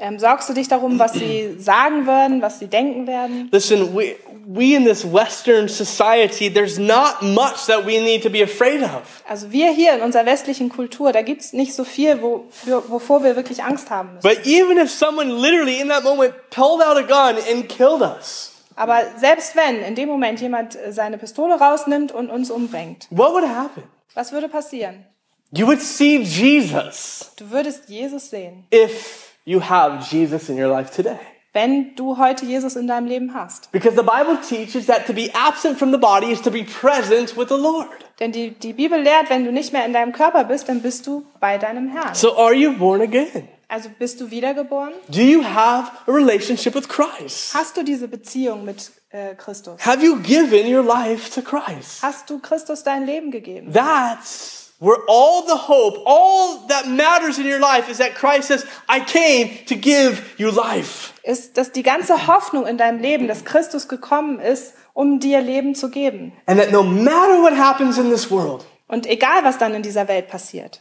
Ähm, sorgst du dich darum, was sie sagen werden, was sie denken werden?
Listen, we, we in this Western society, there's not much that we need to be afraid of.
Also wir hier in unserer westlichen Kultur, da gibt's nicht so viel, wo, für, wovor wir wirklich Angst haben müssen.
But even if someone literally in that moment pulled out a gun and killed us,
Aber selbst wenn in dem Moment jemand äh, seine Pistole rausnimmt und uns umbringt,
what would happen?
was würde passieren?
You would see Jesus
Du würdest Jesus sehen,
if you have Jesus in your life today.
wenn du heute Jesus in deinem Leben hast.
Because the Bible teaches that to be absent from the body is to be present with the Lord.
Denn die, die Bibel lehrt, wenn du nicht mehr in deinem Körper bist, dann bist du bei deinem Herrn.
So are you born again?
Also bist du wiedergeboren?
Do you have a relationship with Christ?
Hast du diese Beziehung mit äh, Christus?
Have you given your life to Christ?
Hast du Christus dein Leben gegeben?
That's where all the hope, all that matters in your life is that Christ says, I came to give you life.
Ist, dass die ganze Hoffnung in deinem Leben, dass Christus gekommen ist, um dir Leben zu geben?
And that no matter what happens in this world,
Und egal, was dann in dieser Welt passiert,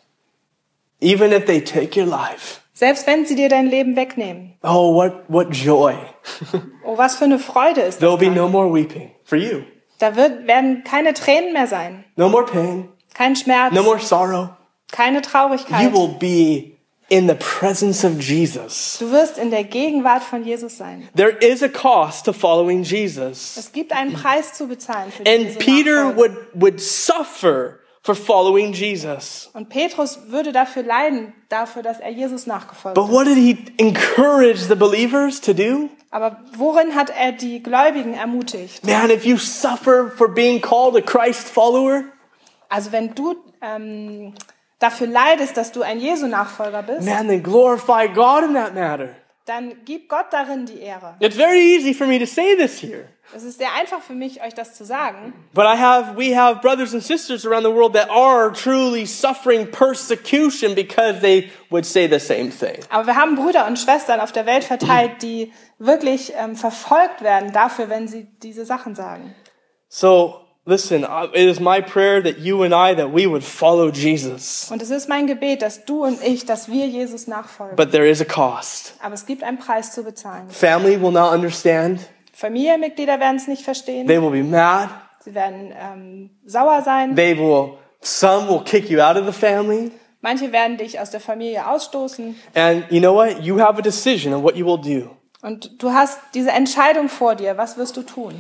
even if they take your life,
selbst wenn sie dir dein Leben wegnehmen,
oh, what, what joy. (laughs)
oh, was für eine Freude ist das?
There'll be
Dann.
no more weeping for you,
Da wird, werden keine Tränen mehr sein,
no more pain,
kein Schmerz,
no more sorrow.
keine
You
Traurigkeit.
will be in the presence of Jesus.
Du wirst in der Gegenwart von Jesus sein.
There is a cost to following Jesus.
Es gibt einen Preis zu bezahlen für
And
diese
Peter
Nachfolge.
would, would suffer for following Jesus.
Und Petrus würde dafür leiden, dafür, dass er Jesus nachgefolgt
But
ist.
what did he encourage the believers to do?
Aber worin hat er die Gläubigen ermutigt?
Man, if you suffer for being called a Christ follower,
Also wenn du ähm, dafür leidest, dass du ein Jesu-Nachfolger bist,
man, then glorify God in that matter.
dann gib Gott darin die Ehre.
It's very easy for me to say this here,
Es ist sehr einfach für mich, euch das zu sagen.
but I have we have brothers and sisters around the world that are truly suffering persecution because they would say the same thing.
Aber wir haben Brüder und Schwestern auf der Welt verteilt, die wirklich ähm, verfolgt werden dafür, wenn sie diese Sachen sagen.
So listen, I- it is my prayer that you and I that we would follow Jesus.
Und es ist mein Gebet, dass du und ich, dass wir Jesus nachfolgen.
But there is a cost.
Aber es gibt einen Preis zu bezahlen.
Family will not understand.
Familienmitglieder werden es nicht verstehen.
They will be mad.
Sie werden ähm, sauer sein.
They will some will kick you out of the family.
Manche werden dich aus der Familie ausstoßen.
And you know what? You have a decision on what you will do.
Und du hast diese Entscheidung vor dir. Was wirst du tun?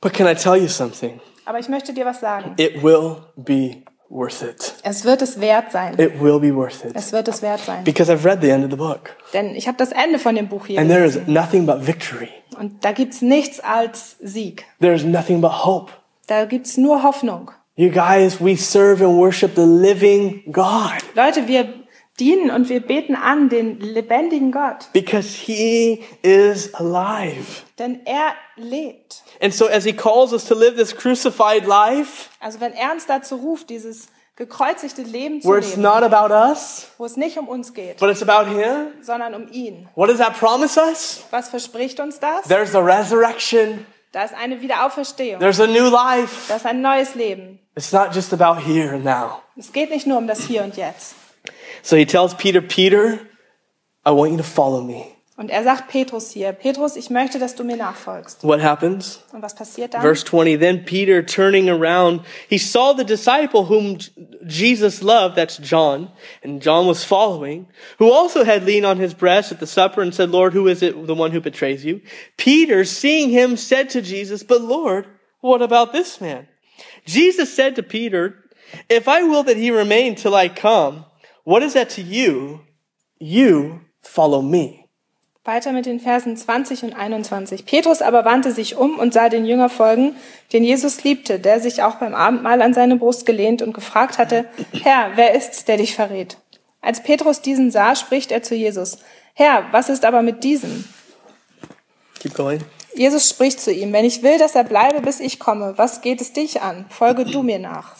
But can I tell you something?
Aber ich möchte dir was sagen.
It will be worth it.
Es wird es wert sein.
It will be worth it.
Es wird es wert sein.
Because I've read the end of the book.
Denn ich habe das Ende von dem Buch hier.
And there is
gelesen.
nothing but victory.
Und da gibt's nichts als Sieg.
There is nothing but hope.
Da gibt's nur Hoffnung.
You guys, we serve and worship the living God
Leute, wir dienen und wir beten an den lebendigen Gott.
because He is alive.
Denn er lebt.
And so, as He calls us to live this crucified life,
Also wenn er uns dazu ruft, dieses gekreuzigte Leben zu
where it's
leben,
not about us,
wo es nicht um uns geht,
but it's about Him,
sondern um ihn.
what does that promise us?
Was verspricht uns das?
There's a resurrection,
Da ist eine Wiederauferstehung.
there's a new life.
Das ist ein neues Leben.
It's not just about here and now.
Es geht nicht nur um das Hier und Jetzt.
So he tells Peter, Peter, I want you to follow me.
Und er sagt Petrus hier, Petrus, ich möchte, dass du mir nachfolgst.
What happens?
Und was passiert dann?
Verse 20 Then Peter, turning around, he saw the disciple whom J- Jesus loved, that's John, and John was following, who also had leaned on his breast at the supper and said, Lord, who is it, the one who betrays you? Peter, seeing him, said to Jesus, But Lord, what about this man? Jesus said to Peter, If I will that he remain till I come, what is that to you? You follow me.
Weiter mit den Versen 20 und 21. Petrus aber wandte sich um und sah den Jünger folgen, den Jesus liebte, der sich auch beim Abendmahl an seine Brust gelehnt und gefragt hatte, Herr, wer ist's, der dich verrät? Als Petrus diesen sah, spricht er zu Jesus, Herr, was ist aber mit diesem?
Keep going.
Jesus spricht zu ihm, wenn ich will, dass er bleibe, bis ich komme, was geht es dich an? Folge du mir nach.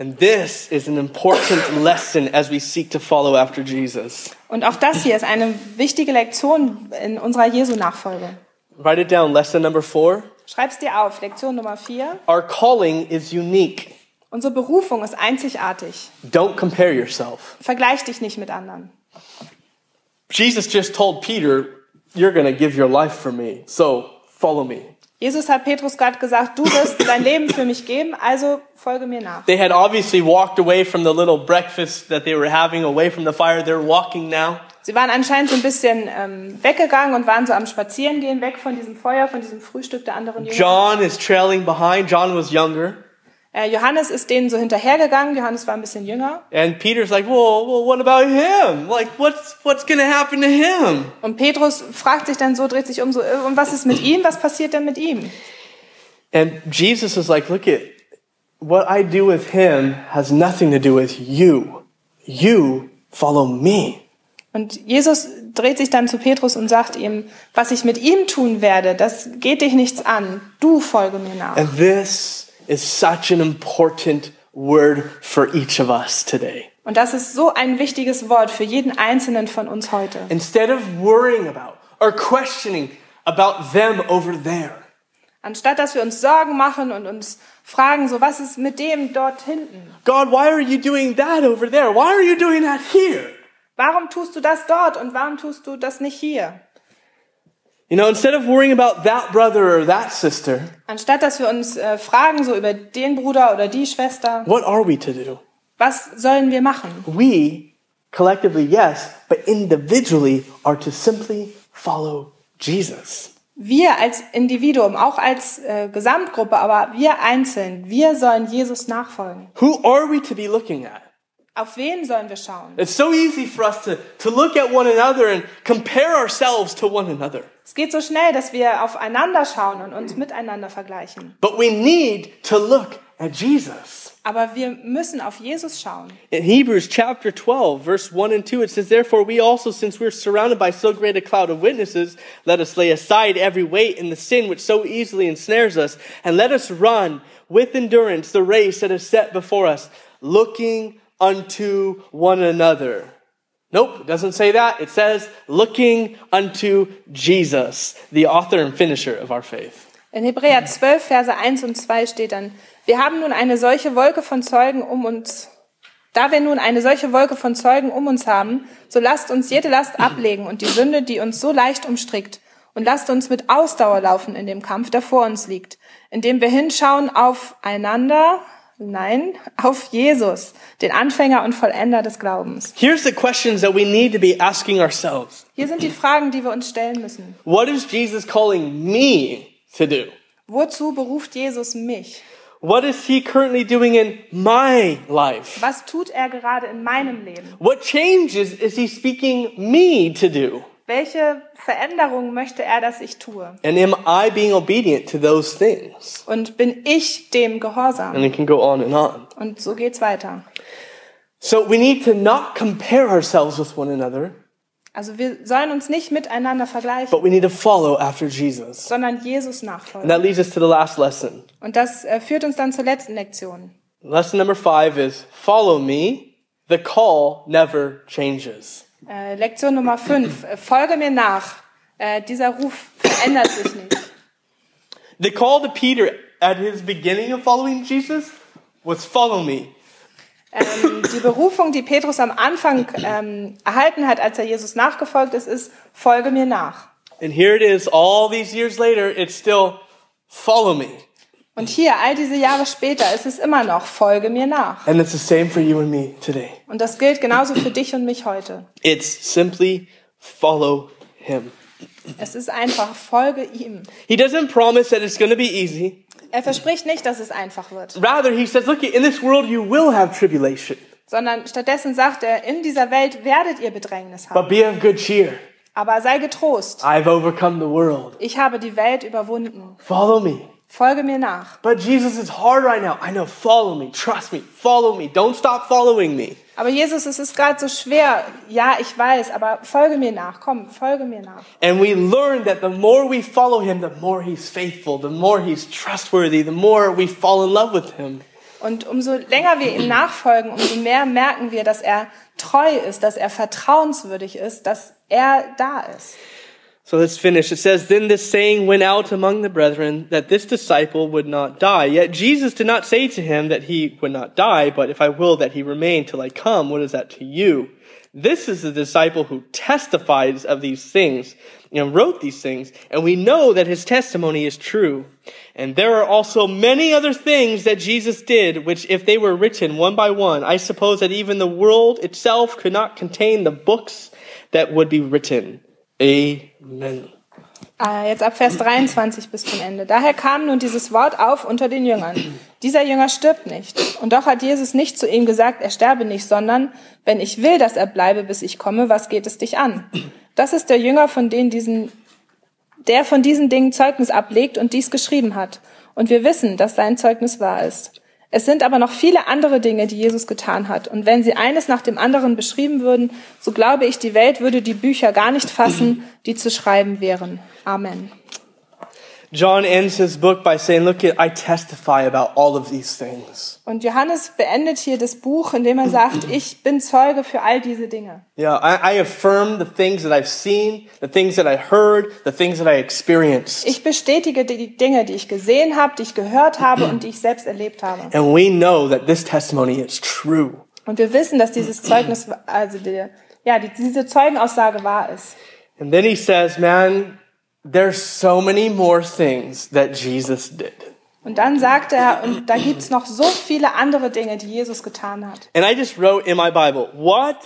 And this is an important lesson as we seek to follow after Jesus.
Und auch das hier ist eine wichtige Lektion in unserer Jesu-Nachfolge.
Write it down. Lesson number four.
Schreib's dir auf, Lektion Nummer 4.
Our calling is unique.
Unsere Berufung ist einzigartig.
Don't compare yourself.
Vergleich dich nicht mit anderen.
Jesus just told Peter, You're going to give your life for me. So follow me.
Jesus hat Petrus gerade gesagt, du wirst dein Leben für mich geben, also folge mir nach.
They had obviously walked away from the little breakfast that they were having, away from the fire. They're walking now.
Sie waren anscheinend so ein bisschen ähm, weggegangen und waren so am Spazierengehen, weg von diesem Feuer, von diesem Frühstück der anderen Jünger.
John is trailing behind. John was younger.
Äh, Johannes ist denen so hinterhergegangen, Johannes war ein bisschen jünger.
And Peter's like, Whoa, well, what about him? Like, what's, what's going to happen to him?
Und Petrus fragt sich dann so, dreht sich um so, äh, und was ist mit ihm, was passiert denn mit ihm?
And Jesus is like, look at what I do with him has nothing to do with you. You follow me.
Und Jesus dreht sich dann zu Petrus und sagt ihm, was ich mit ihm tun werde, das geht dich nichts an, du folge mir nach.
And this is such an important word for each of us today.
Und das ist so ein wichtiges Wort für jeden einzelnen von uns heute.
Instead of worrying about or questioning about them over there,
Anstatt dass wir uns Sorgen machen und uns fragen, so was ist mit dem dort hinten?
God, why are you doing that over there? Why are you doing that here?
Warum tust du das dort und warum tust du das nicht hier?
You know, instead of worrying about that brother or that sister,
Anstatt dass wir uns äh, fragen, so über den Bruder oder die Schwester,
what are we to do?
was sollen wir machen?
we collectively, yes, but individually are to simply follow Jesus.
Wir als Individuum, auch als äh, Gesamtgruppe, aber wir einzeln, wir sollen Jesus nachfolgen.
Who are we to be looking at?
Auf wen sollen wir schauen?
It's so easy for us to, to look at one another and compare ourselves to one another.
Es geht so schnell, dass wir aufeinander schauen und uns miteinander vergleichen.
But we need to look at Jesus.
Aber wir müssen auf Jesus schauen.
In Hebrews chapter 12, verse 1 and 2, it says, Therefore we also, since we're surrounded by so great a cloud of witnesses, let us lay aside every weight and the sin which so easily ensnares us, and let us run with endurance the race that is set before us, looking unto one another. Nope, it doesn't say that. It says, looking unto Jesus, the author and finisher of our faith.
In Hebräer 12, Verse 1 und 2 steht dann, wir haben nun eine solche Wolke von Zeugen um uns. Da wir nun eine solche Wolke von Zeugen um uns haben, so lasst uns jede Last ablegen und die Sünde, die uns so leicht umstrickt, und lasst uns mit Ausdauer laufen in dem Kampf, der vor uns liegt, indem wir hinschauen aufeinander, nein, auf Jesus, den Anfänger und Vollender des Glaubens.
Here's the questions that we need to be asking ourselves
Hier sind die Fragen, die wir uns stellen müssen.
What is Jesus calling me to do?
Wozu beruft Jesus mich?
What is he currently doing in my life?
Was tut er gerade in meinem Leben?
What changes is he speaking me to do?
Welche Veränderungen möchte er, dass ich tue?
And am I being obedient to those things?
Und bin ich dem
And
gehorsam?
it can go on and on.
Und so geht's weiter.
So we need to not compare ourselves with one another,
Also wir sollen uns nicht miteinander vergleichen,
but we need to follow after Jesus.
sondern Jesus
And
nachfolgen.
that leads us to the last lesson.
Und das äh, führt uns dann zur letzten Lektion.
Lesson number five is follow me. The call never changes.
Äh, Lektion Nummer 5. Folge mir nach. Äh, dieser Ruf verändert sich nicht.
The call to Peter at his beginning of following Jesus was follow me.
Ähm, die Berufung, die Petrus am Anfang ähm, erhalten hat, als er Jesus nachgefolgt ist, ist, folge mir nach.
And here it is, all these years later, it's still follow me.
Und hier, all diese Jahre später, ist es immer noch, folge mir nach.
And it's the same for you and me today.
Und das gilt genauso für dich und mich heute.
It's simply follow him.
Es ist einfach, folge ihm.
He doesn't promise that it's going to be easy.
Er verspricht nicht, dass es einfach wird,
Rather, he says, look, in this world you will have tribulation,
sondern stattdessen sagt er, in dieser Welt werdet ihr Bedrängnis haben.
but be of good cheer.
Aber sei getrost,
I've overcome the world.
ich habe die Welt überwunden.
Follow me.
Folge mir nach.
But Jesus, it's hard right now. I know. Follow me. Trust me. Follow me. Don't stop following me.
Aber Jesus, es ist gerade so schwer. Ja, ich weiß, aber folge mir nach. Komm, folge mir nach.
And we learn that the more we follow him, the more he's faithful, the more he's trustworthy, the more we fall in love with him.
Und umso länger wir ihm nachfolgen, umso mehr merken wir, dass er treu ist, dass er vertrauenswürdig ist, dass er da ist.
So let's finish. It says, Then this saying went out among the brethren that this disciple would not die. Yet Jesus did not say to him that he would not die, but if I will that he remain till I come, what is that to you? This is the disciple who testifies of these things and wrote these things, and we know that his testimony is true. And there are also many other things that Jesus did, which if they were written one by one, I suppose that even the world itself could not contain the books that would be written. Amen.
Ah, Jetzt ab Vers 23 bis zum Ende. Daher kam nun dieses Wort auf unter den Jüngern. Dieser Jünger stirbt nicht. Und doch hat Jesus nicht zu ihm gesagt, er sterbe nicht, sondern, wenn ich will, dass er bleibe, bis ich komme, was geht es dich an? Das ist der Jünger, von dem diesen, der von diesen Dingen Zeugnis ablegt und dies geschrieben hat. Und wir wissen, dass sein Zeugnis wahr ist. Es sind aber noch viele andere Dinge, die Jesus getan hat. Und wenn sie eines nach dem anderen beschrieben würden, so glaube ich, die Welt würde die Bücher gar nicht fassen, die zu schreiben wären. Amen.
John ends his book by saying, Look, I testify about all of these things.
Und Johannes beendet hier das Buch, indem er sagt, ich bin Zeuge für all diese Dinge.
Yeah, I, I affirm the things that I've seen, the things that I heard, the things that I experienced.
Ich bestätige die Dinge, die ich gesehen habe, die ich gehört habe und die ich selbst erlebt habe.
And we know that this testimony is true.
Und wir wissen, dass dieses Zeugnis, also die, ja, die, diese Zeugenaussage wahr ist.
And then he says, Man, there's so many more things that Jesus did.
Und dann sagt er, und da gibt's noch so viele andere Dinge, die Jesus getan hat.
And I just wrote in my Bible, What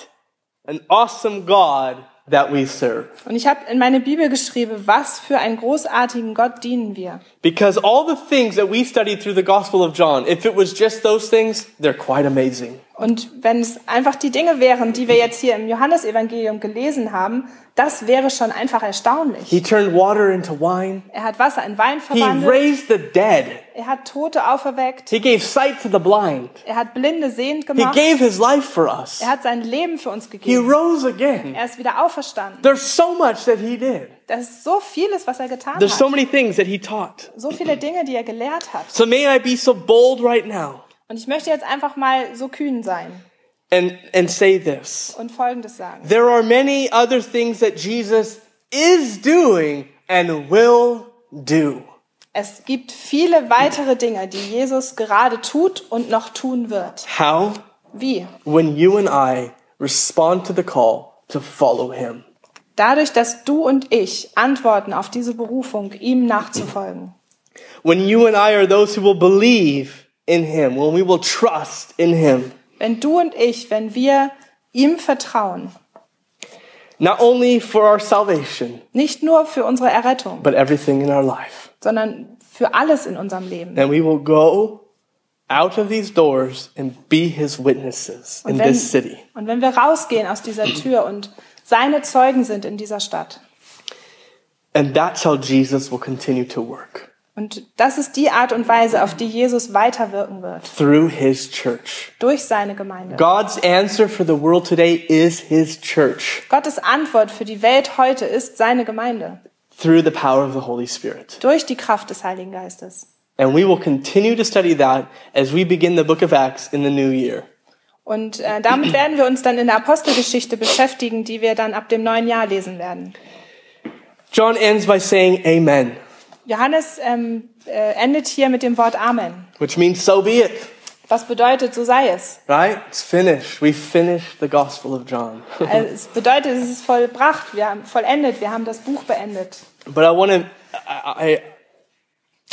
an awesome God that we serve.
Und ich habe in meine Bibel geschrieben, was für einen großartigen Gott dienen wir.
Because all the things that we studied through the Gospel of John, if it was just those things, they're quite amazing.
Und wenn es einfach die Dinge wären, die wir jetzt hier im Johannesevangelium gelesen haben, das wäre schon einfach erstaunlich.
He turned water into wine.
Er hat Wasser in Wein
He
verwandelt,
raised the dead.
er hat Tote auferweckt,
He gave sight to the blind.
er hat Blinde sehend
He
gemacht,
gave his life for us.
er hat sein Leben für uns
He
gegeben.
rose again.
Er ist wieder auferstanden.
There's so much that he did.
Das ist so vieles, was er getan
There's so
hat.
many things that he taught.
So viele Dinge, die er gelehrt hat.
So may I be so bold right now
Und ich möchte jetzt einfach mal so kühn sein
and, and say this.
und Folgendes sagen.
There are many other things that Jesus is doing and will do.
Es gibt viele weitere Dinge, die Jesus gerade tut und noch tun wird.
How?
Wie?
When you and I respond to the call to follow him.
Dadurch, dass du und ich antworten auf diese Berufung, ihm nachzufolgen.
When you and I are those who will believe in him, when we will trust in him.
Wenn du und ich, wenn wir ihm vertrauen,
Not only for our salvation,
nicht nur für unsere Errettung,
but everything in our life.
sondern für alles in unserem Leben.
And we will go out of these doors and be his witnesses in
wenn,
this city.
und wenn wir rausgehen aus dieser Tür und seine Zeugen sind in dieser Stadt.
And that's how Jesus will continue to work
Und das ist die Art und Weise, auf die Jesus weiterwirken wird,
through his church.
durch seine Gemeinde.
God's answer for the world today is his church
Gottes Antwort für die Welt heute ist seine Gemeinde,
through the power of the Holy Spirit.
durch die Kraft des Heiligen Geistes.
And we will continue to study that as we begin the book of Acts in the new year.
Und
(clears throat)
äh, damit werden wir uns dann in der Apostelgeschichte beschäftigen, die wir dann ab dem neuen Jahr lesen werden.
John ends by saying amen,
Johannes ähm, äh, endet hier mit dem Wort Amen.
which means so be it,
Was bedeutet, so sei es.
right? It's finished. We finished the Gospel of John. (laughs)
Äh, Es bedeutet, es ist vollbracht, wir haben vollendet, wir haben das Buch beendet.
But I want to. I, I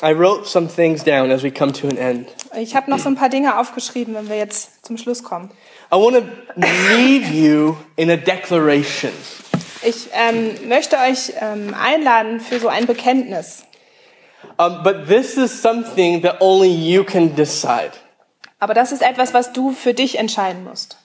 I wrote some things down as we come to an end.
Ich habe noch so ein paar Dinge aufgeschrieben, wenn wir jetzt zum Schluss kommen.
I want to leave you in a declaration.
Ich ähm, möchte euch ähm, einladen für so ein Bekenntnis.
Um, but this is something that only you can decide.
Aber das ist etwas, was du für dich entscheiden musst.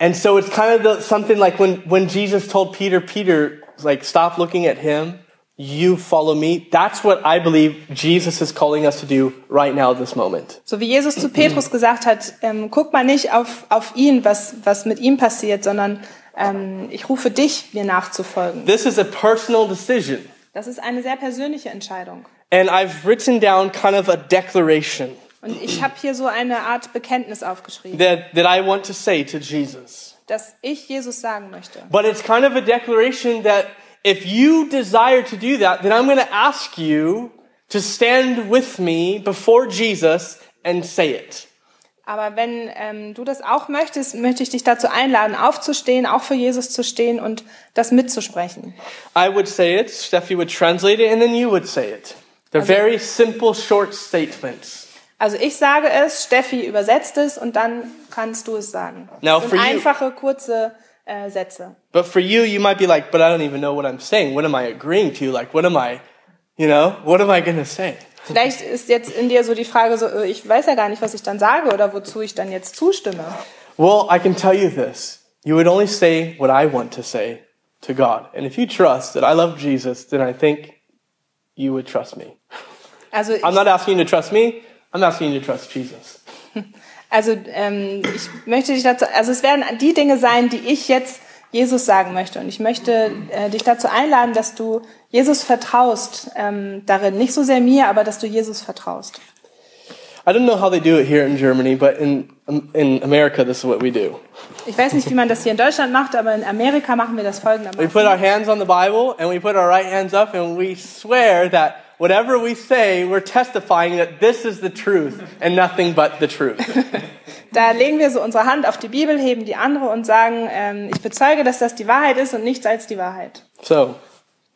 And so it's kind of the, something like when, when Jesus told Peter, Peter, like, stop looking at him, you follow me. That's what I believe Jesus is calling us to do right now, this moment.
So wie Jesus zu Petrus gesagt hat, ähm, guck mal nicht auf, auf ihn, was, was mit ihm passiert, sondern ähm, ich rufe dich, mir nachzufolgen.
This is a personal decision.
Das ist eine sehr persönliche Entscheidung.
And I've written down kind of a declaration.
Und ich habe hier so eine Art Bekenntnis aufgeschrieben,
that, that I want to say to Jesus.
dass ich Jesus sagen möchte.
But it's kind of a declaration that if you desire to do that, then I'm going to ask you to stand with me before Jesus and say it.
Aber wenn ähm, du das auch möchtest, möchte ich dich dazu einladen, aufzustehen, auch für Jesus zu stehen und das mitzusprechen.
I would say it, Steffi would translate it, and then you would say it. They're very simple, short statements.
Also ich sage es, Steffi übersetzt es und dann kannst du es sagen.
Now
das
for
sind
you.
einfache, kurze äh, Sätze.
But for you, you might be like, but I don't even know what I'm saying. What am I agreeing to? Like, what am I, you know, what am I going to say?
Vielleicht ist jetzt in dir so die Frage, so, äh, ich weiß ja gar nicht, was ich dann sage oder wozu ich dann jetzt zustimme.
Well, I can tell you this. You would only say what I want to say to God. And if you trust that I love Jesus, then I think you would trust me.
Also, ich,
I'm not asking you to trust me, I'm asking you to trust Jesus.
also ähm, ich möchte dich dazu, also es werden die Dinge sein, die ich jetzt Jesus sagen möchte. Und ich möchte äh, dich dazu einladen, dass du Jesus vertraust ähm, darin. Nicht so sehr mir, aber dass du Jesus vertraust.
I don't know how they do it here in Germany, but in, um, in America, this is what we do.
Ich weiß nicht, wie man das hier in Deutschland macht, aber in Amerika machen wir das
We put
folgendermaßen.
our hands on the Bible and we put our right hands up and we swear that whatever we say, we're testifying that this is the truth and nothing but the truth.
Da legen wir so unsere Hand auf die Bibel, heben die andere und sagen, ähm, ich bezeuge, dass das die Wahrheit ist und nichts als die Wahrheit.
so,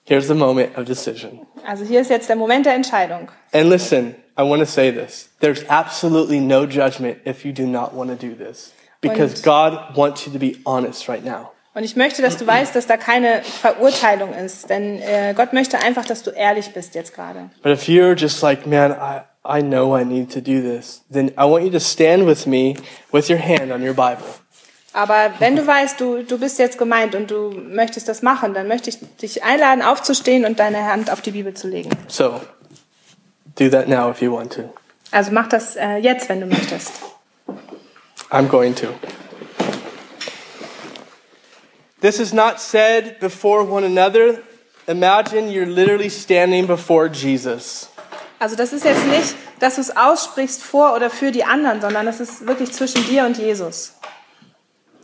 here's the moment of decision.
Also hier ist jetzt der Moment der Entscheidung.
And listen, I want to say this. There's absolutely no judgment if you do not want to do this. Because
Und-
God wants you to be honest right now.
Und ich möchte, dass du weißt, dass da keine Verurteilung ist, denn äh, Gott möchte einfach, dass du ehrlich bist jetzt gerade.
But if you're just like, man, I, I know I need to do this, then I want you to stand with me with your hand on your Bible.
Aber wenn du weißt, du, du bist jetzt gemeint und du möchtest das machen, dann möchte ich dich einladen, aufzustehen und deine Hand auf die Bibel zu legen.
So do that now if you want to.
Also mach das äh, jetzt, wenn du möchtest.
I'm going to. This is not said before one another. Imagine you're literally standing before Jesus.
Also das ist jetzt nicht, dass du es aussprichst vor oder für die anderen, sondern das ist wirklich zwischen dir und Jesus.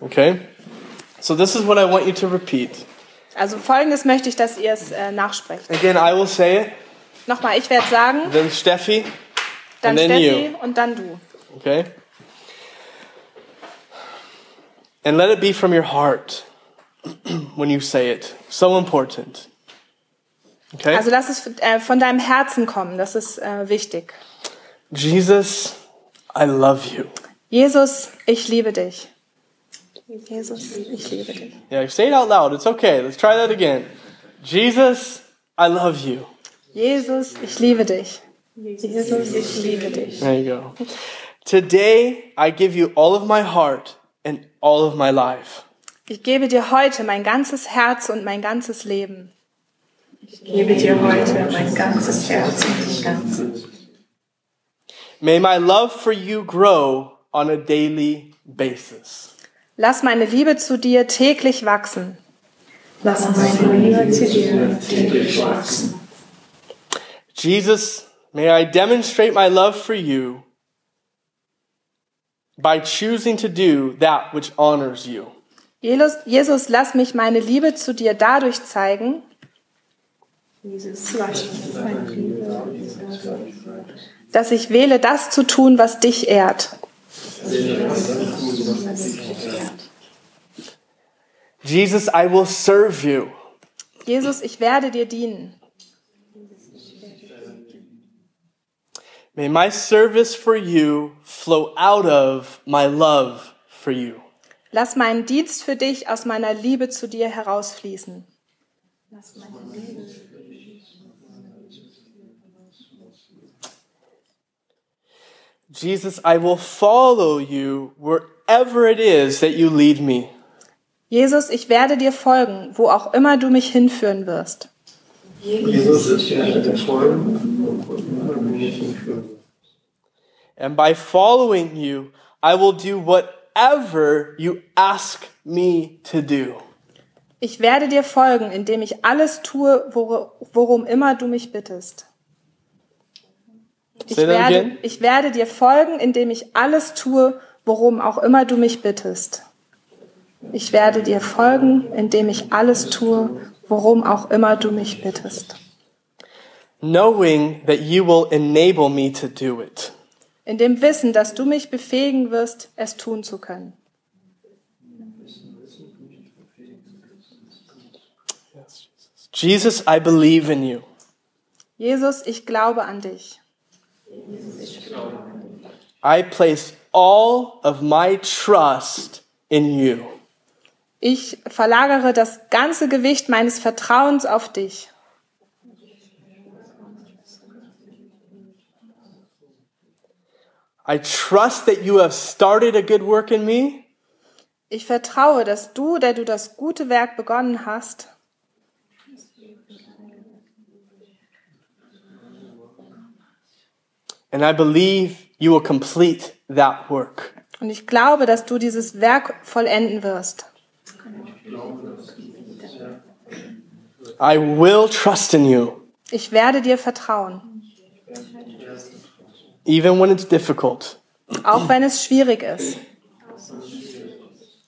Okay? So, this is what I want you to repeat.
Also folgendes möchte ich, dass ihr es äh, nachsprecht.
Again, I will say it,
Nochmal, ich werde sagen,
then Steffi, and
dann
then
Steffi
you.
und dann du.
Okay? And let it be from your heart (clears throat) when you say it. So important. Okay?
Also lass es äh, von deinem Herzen kommen, das ist äh, wichtig.
Jesus, I love you.
Jesus, ich liebe dich. Jesus, ich liebe dich.
Yeah, say it out loud. It's okay. Let's try that again. Jesus, I love you.
Jesus, ich liebe dich. Jesus, ich liebe dich.
There you go. Today, I give you all of my heart and all of my life.
Ich gebe dir heute mein ganzes Herz und mein ganzes Leben.
gebe dir heute mein ganzes Herz und mein ganzes.
May my love for you grow on a daily basis.
Lass meine Liebe zu dir täglich wachsen.
Lass meine Liebe zu dir täglich wachsen.
Jesus, may I demonstrate my love for you by choosing to do that which honors you.
Jesus, Jesus, lass mich meine Liebe zu dir dadurch zeigen,
Jesus, lass mich meine Liebe zu dir dadurch wachsen,
dass ich wähle, das zu tun, was dich ehrt.
dass ich dich ehrt.
Jesus, I will serve you.
Jesus, ich werde dir dienen.
May my service for you flow out of my love for you.
Lass meinen Dienst für dich aus meiner Liebe zu dir herausfließen.
Jesus, I will follow you wherever it is that you lead me.
Jesus, ich werde dir folgen, wo auch immer du mich hinführen wirst.
Jesus, ich werde dir folgen und wo immer du mich hinführen.
And by following you, I will do whatever you ask me to do.
Ich werde dir folgen, indem ich alles tue, wor- worum immer du mich bittest. Ich
Say that
werde,
again.
ich werde dir folgen, indem ich alles tue, worum auch immer du mich bittest. Ich werde dir folgen, indem ich alles tue, worum auch immer du mich bittest.
Knowing that you will enable me to do it.
In dem Wissen, dass du mich befähigen wirst, es tun zu können.
Jesus, I believe in you.
Jesus, ich glaube an dich.
I place all of my trust in you.
Ich verlagere das ganze Gewicht meines Vertrauens auf dich.
I trust that you have started a good work in me
Ich vertraue, dass du, der du das gute Werk begonnen hast,
And I believe you will complete that work.
und ich glaube, dass du dieses Werk vollenden wirst.
I will trust in you,
Ich werde dir vertrauen,
even when it's difficult.
auch wenn es schwierig ist.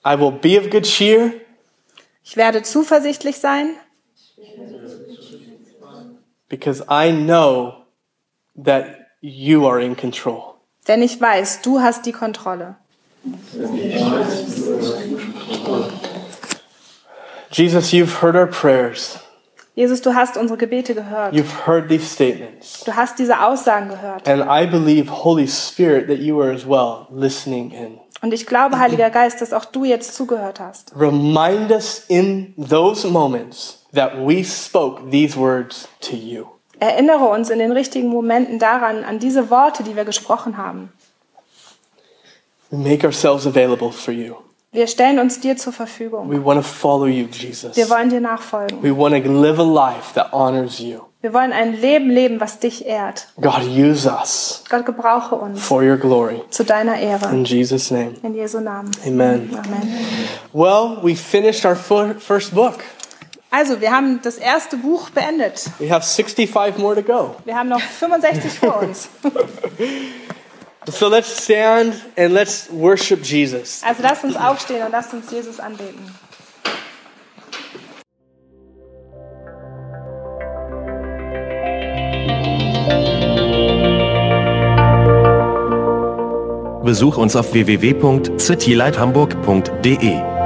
I will be of good cheer,
Ich werde zuversichtlich sein,
because I know that you are in control.
denn ich weiß, du hast die Kontrolle.
Jesus, you've heard our prayers,
Jesus, du hast unsere Gebete gehört.
you've heard these statements.
Du hast diese Aussagen gehört.
And I believe, Holy Spirit, that you are as well listening in.
Und ich glaube, Heiliger Geist, dass auch du jetzt zugehört hast.
Remind us in those moments that we spoke these words to you.
Erinnere uns in den richtigen Momenten daran, an diese Worte, die wir gesprochen haben.
We make ourselves available for you.
Wir stellen uns dir zur Verfügung.
We want to follow you, Jesus.
Wir wollen dir nachfolgen.
We want to live a life that honors you.
Wir wollen ein Leben leben, was dich ehrt.
God, use us
Gott, gebrauche uns
for your glory.
zu deiner Ehre.
In Jesus' name.
In Jesu Namen.
Amen.
Amen.
Well, we finished our fir- first book.
Also, wir haben das erste Buch beendet.
We have 65 more to go.
Wir haben noch 65 vor uns.
So let's stand and let's worship Jesus.
Also lasst uns aufstehen und lasst uns Jesus anbeten.
Besuch uns auf www.citylighthamburg.de.